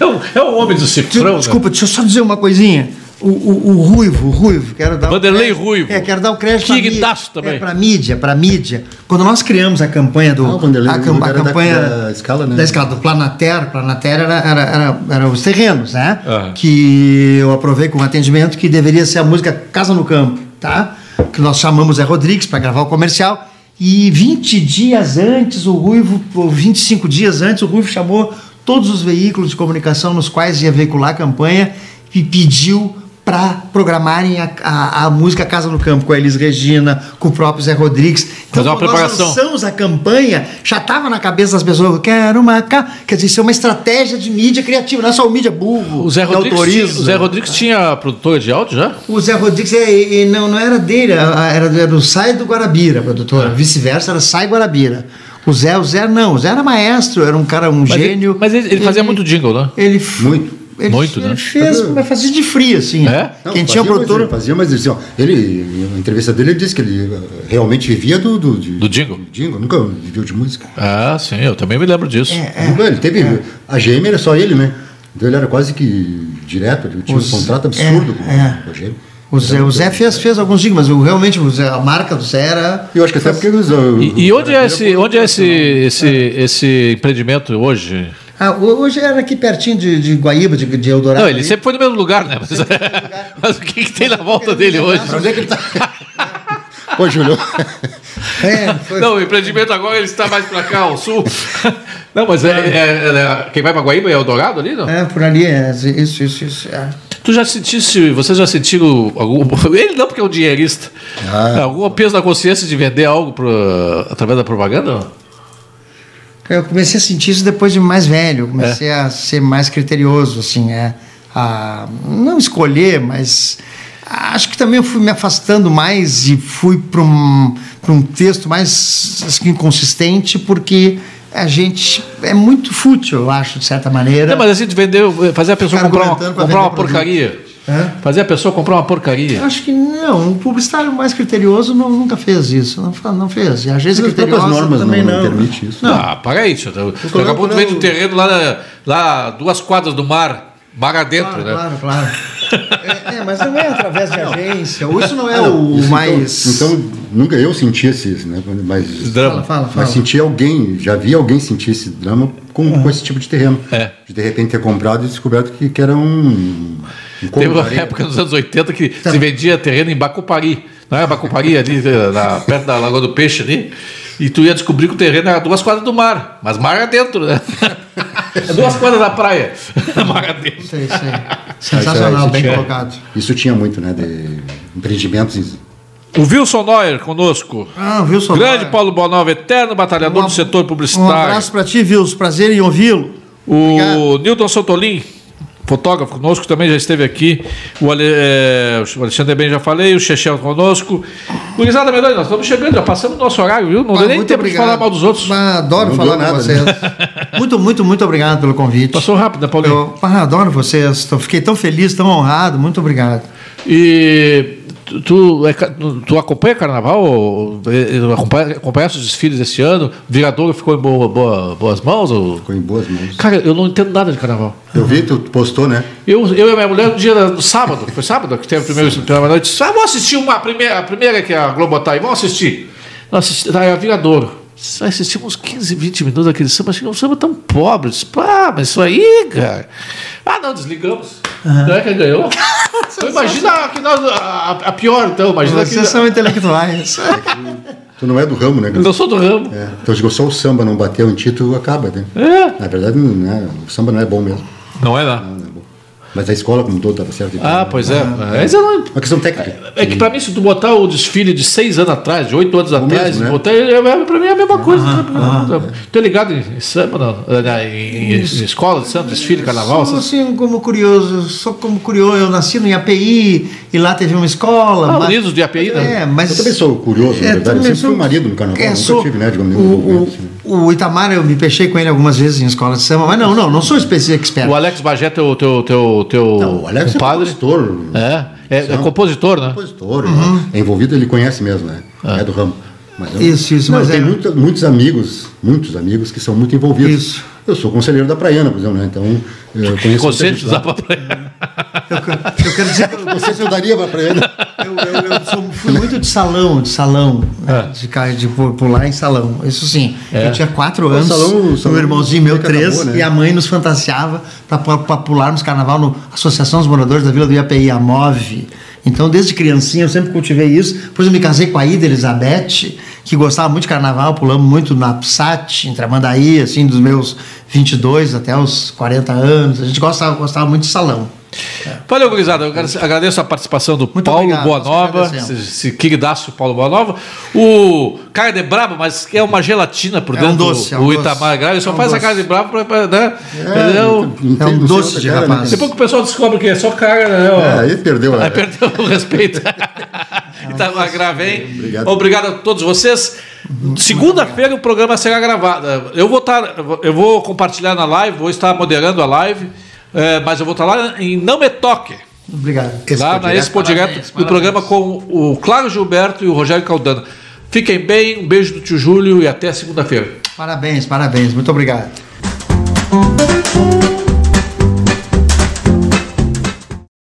S1: É um, é um homem do
S2: Tu-
S1: cifrão, né?
S2: desculpa, deixa eu só dizer uma coisinha. O, o- o Ruivo, o Ruivo, quero dar
S1: Vanderlei
S2: o crédito-
S1: Ruivo.
S2: É, quero dar o crédito
S1: Que
S2: pra mí-
S1: guitarra também.
S2: É, pra mídia, pra mídia. Quando nós criamos a campanha do.
S3: Ah, o Vanderlei
S2: a,
S3: Ruivo
S2: a
S3: era da-
S2: campanha.
S3: da Scala, né?
S2: Da escala, do Planater. Planater era, era, era, era os terrenos, né?
S1: Aham.
S2: Que eu aprovei com um atendimento que deveria ser a música Casa no Campo, tá? Que nós chamamos é Rodrigues para gravar o comercial. E 20 dias antes, o Ruivo, ou 25 dias antes, o Ruivo chamou todos os veículos de comunicação nos quais ia veicular a campanha e pediu para programarem a, a- a música Casa no Campo com a Elis Regina, com o próprio Zé Rodrigues. Então,
S1: Fazer uma
S2: quando nós
S1: preparação.
S2: lançamos lançamos a campanha, já estava na cabeça das pessoas, eu quero uma ca... Quer dizer, isso é uma estratégia de mídia criativa, não é só o mídia burro.
S1: O Zé
S2: que
S1: Rodrigues, tinha,
S2: autoriza.
S1: o Zé Rodrigues tinha produtora de áudio né? já?
S2: O Zé Rodrigues é, é- é- não, não era dele, a- a- era, era o Sai do Guarabira,
S1: Ah.
S2: produtora. Vice-versa, era Sai Guarabira. O Zé, o Zé não, o Zé era maestro, era um cara, um
S1: Mas ele-
S2: gênio.
S1: mas ele, ele fazia muito jingle, né?
S2: Ele, f-
S3: Muito.
S2: ele,
S1: Muito,
S2: ele
S1: né?
S2: fez, mas fazia de frio, assim.
S1: É?
S3: Não,
S2: Quem tinha
S3: fazia, mas
S2: produtor.
S3: ele Fazia, mas assim, ó, ele, a entrevista dele, ele disse que ele eh, realmente vivia do... Do, de-
S1: Do jingle.
S3: Jingle, nunca viveu de música.
S1: Ah, sim, eu também me lembro disso.
S2: É,
S3: Nunca, ele teve... A GM era só ele, né? Então ele era quase que direto, ele tinha
S2: Os-
S3: um contrato
S2: é,
S3: absurdo com,
S2: é.
S3: com a GM.
S2: O Zé, o Zé fez, fez alguns dias, mas o- realmente o Zé- a marca do Zé era.
S3: E eu acho que até porque... eles, ó,
S1: E, e onde é esse, onde é esse, esse, esse empreendimento hoje?
S2: Ah, ho- hoje era aqui pertinho de, de Guaíba, de, de Eldorado.
S1: Não, ele
S2: ali.
S1: sempre foi no mesmo lugar, né? Mas, mas o que, que tem na volta dele hoje?
S3: Pra onde é que ele tá? Ô, Júlio.
S2: É, foi.
S1: Não, o empreendimento agora ele está mais para cá, ao sul. Não, mas é, é- é- quem vai para Guaíba é o Dourado ali, não?
S2: É, por ali, é, isso, isso, isso. é.
S1: Tu já sentisse, vocês já sentiram algum. Ele não, porque é um dinheirista.
S3: Ah.
S1: Algum peso na consciência de vender algo pra- através da propaganda?
S2: Eu comecei a sentir isso depois de mais velho, eu
S1: É.
S2: comecei a ser mais criterioso, assim, é, a não escolher, mas acho que também eu fui me afastando mais e fui para um, pra um texto mais assim, inconsistente, porque a gente é muito fútil, eu acho, de certa maneira.
S1: Não, mas assim, de vender, fazer a pessoa
S2: Ficar
S1: comprar uma,
S2: argumentando pra
S1: comprar
S2: vender
S1: uma
S2: produto.
S1: porcaria.
S2: Hã?
S1: Fazer a pessoa comprar uma porcaria.
S2: Eu Acho que não. O publicitário mais criterioso não- nunca fez isso. Não, fa- não fez. E a agência
S3: As próprias
S2: criteriosa
S3: normas
S2: também
S3: não-
S2: não.
S3: não permite isso.
S2: Não. é
S1: Ah, para aí, tio. Daqui a
S3: coloco,
S1: pouco
S3: né,
S1: vende um
S3: o-
S1: terreno lá, na- lá duas quadras do mar, mar adentro,
S2: Claro,
S1: né?
S2: claro, claro. É, é, mas não é através de agência. Isso não é
S3: Ah, não,
S2: o
S3: isso
S2: mais.
S3: Então, então, nunca eu senti esse, esse, né? Mas,
S2: fala, fala, fala.
S3: mas senti alguém, já vi alguém sentir esse drama com, com esse tipo de terreno.
S1: Uhum. É.
S3: De, de repente ter comprado e descoberto que, que era um. um
S1: Teve uma
S3: areia.
S1: época nos anos 80 que
S2: Tá.
S1: se vendia terreno em Bacupari. Não é Bacupari ali, eh, na- perto da Lagoa do Peixe ali. E tu ia descobrir que o terreno era duas quadras do mar, mas mar adentro, né? É duas quadras da praia. Mar é adentro.
S2: Sei, sei.
S3: Ah, isso-
S2: Sensacional,
S3: isso
S2: bem
S3: tinha-
S2: colocado.
S3: Isso tinha muito, né? De empreendimentos.
S1: O Wilson Neuer conosco.
S2: Ah, Wilson.
S1: Grande
S2: Maia.
S1: Paulo Bonalva, eterno batalhador
S2: Um
S1: do
S2: ab-
S1: setor
S2: Um
S1: publicitário.
S2: abraço pra ti, Wilson. Prazer em ouvi-lo.
S1: O Newton Santolin, fotógrafo conosco, também já esteve aqui. O, Ale, eh, o Alexandre Bem já falei, o Chechel conosco. Gurizada Melhor, nós estamos chegando, já passamos o nosso horário, viu? Não
S2: Ah,
S1: deu nem
S2: muito
S1: tempo
S2: obrigado.
S1: de falar mal dos outros.
S2: Ah, adoro
S3: Não
S2: falar
S3: deu
S2: com
S3: nada,
S2: vocês.
S3: né?
S2: Muito, muito, muito obrigado pelo convite.
S1: Passou rápido, né, Paulinho?
S2: Eu ah, adoro vocês. Tô- Fiquei tão feliz, tão honrado. Muito obrigado.
S1: E Tu, tu, é ca- tu- tu acompanha carnaval? Ou- eh, eh, Acompanha, acompanha os desfiles esse ano? Viradouro ficou em boa- boa- boas mãos? ou-
S3: Ficou em boas mãos.
S1: Cara, eu não entendo nada de carnaval.
S3: Eu vi, tu postou, né?
S1: Eu, eu e minha mulher, no dia do sábado, foi sábado que teve o primeiro programa da noite, disse, ah, vamos assistir uma, a, primeira, a primeira que é a Globo tá aí, vamos assistir. Nós assistimos, a Viradouro. Nós "Ah, Assistimos uns 15, 20 minutos daquele samba, achei que um samba tão pobre. Disse, pá, mas isso aí, cara. Ah, não, desligamos. Não é que ganhou? Então, imagina que nós, a, a pior, então, imagina que.
S2: Vocês são intelectuais.
S3: Tu não é do ramo, né?
S1: Eu não sou do ramo.
S3: É. Então, se só o samba não bateu em ti, tu acaba, né?
S1: É.
S3: Na verdade, não é- o samba não é bom mesmo.
S1: Não é lá.
S3: Não é bom. Mas a escola como um todo estava certo. então, né?
S1: Ah, pois é. Mas eu não,
S3: Uma questão técnica.
S1: É que pra mim, se tu botar o desfile de seis anos atrás, de oito anos atrás,
S3: mesmo, né?
S1: botar, é, é, pra mim é a
S2: Ah,
S1: mesma coisa. né?
S2: é.
S1: Tô ligado em, em samba, não, eh, em, em- em escola de samba, desfile, carnaval,
S2: Só
S1: essas-
S2: assim, como curioso, só como curioso, eu nasci no IAPI e lá teve uma escola.
S1: Ah, Unidos do IAPI, né?
S2: É, mas... É,
S3: Eu também sou curioso, na verdade. Eu
S2: também É,
S3: sempre fui marido no carnaval, nunca
S2: sou-
S3: tive, né, digamos,
S2: o,
S3: nenhum envolvimento,
S2: o,
S3: assim, né?
S2: o Itamar, eu me pechei com ele algumas vezes em escola de samba, mas não, não, não sou específico expert.
S1: O Alex Bagé, teu, teu, teu, teu
S3: Não, o Alex é
S1: compadre.
S3: compositor.
S1: É, é, é compositor, né?
S3: compositor,
S2: Uhum.
S3: né? é envolvido, ele conhece mesmo, né? É do ramo. Mas eu-
S2: Ah. Isso, isso,
S3: Não,
S2: mas
S3: eu tenho
S2: é-
S3: muita- muitos amigos, muitos amigos que são muito envolvidos.
S2: Isso.
S3: Eu sou conselheiro da Praiana, por exemplo, né? Então, eu conheço.
S1: Conselhos
S3: muita
S1: da
S3: gente
S2: Eu, eu quero dizer que eu,
S3: lá. Não sei se eu daria pra Praiana.
S2: eu, eu- eu sou- fui muito de salão, de salão,
S1: É.
S2: né? de, ca- de pu- pular em salão, isso sim. Eu tinha quatro anos,
S3: salão- o salão
S2: um irmãozinho meu,
S3: nunca
S2: três,
S3: acabou, né?
S2: e a mãe nos fantasiava para pularmos carnaval no Associação dos Moradores da Vila do IAPI, a MOVE. Então, desde criancinha, eu sempre cultivei isso. Depois eu me casei com a Ida Elizabeth, que gostava muito de carnaval, pulamos muito na PSAT, em Tramandaí, assim, dos meus 22 até os 40 anos. A gente gostava, gostava muito de salão.
S1: Valeu, gurizada. Eu agradeço- agradeço a participação do Paulo
S2: obrigado,
S1: Boanova,
S2: nós
S1: esse,
S2: agradecemos.
S1: esse queridaço Paulo Boanova. O carne brabo, mas é uma gelatina por
S2: É
S1: dentro
S2: um doce,
S1: do
S2: é um
S1: o
S2: doce.
S1: Itamar Grave. Ele só
S2: É um
S1: faz a
S2: doce.
S1: carne brabo pra, pra, né? Ele é o-
S2: É um doce de rapaz.
S1: Depois que o pessoal descobre que é só carne, né? ó.
S3: É, aí perdeu a-
S1: Aí perdeu o respeito. Itamar Grave, hein?
S3: Obrigado.
S1: Obrigado a todos vocês. Segunda-feira o programa será gravado. Eu vou estar, eu vou compartilhar na live, vou estar moderando a live, eh, mas eu vou estar lá em Não Me Toque.
S2: Obrigado.
S1: Lá na Expo Direto do programa com o Claro Gilberto e o Rogério Caldana. Fiquem bem, um beijo do tio Júlio e até segunda-feira.
S2: Parabéns, parabéns. Muito obrigado.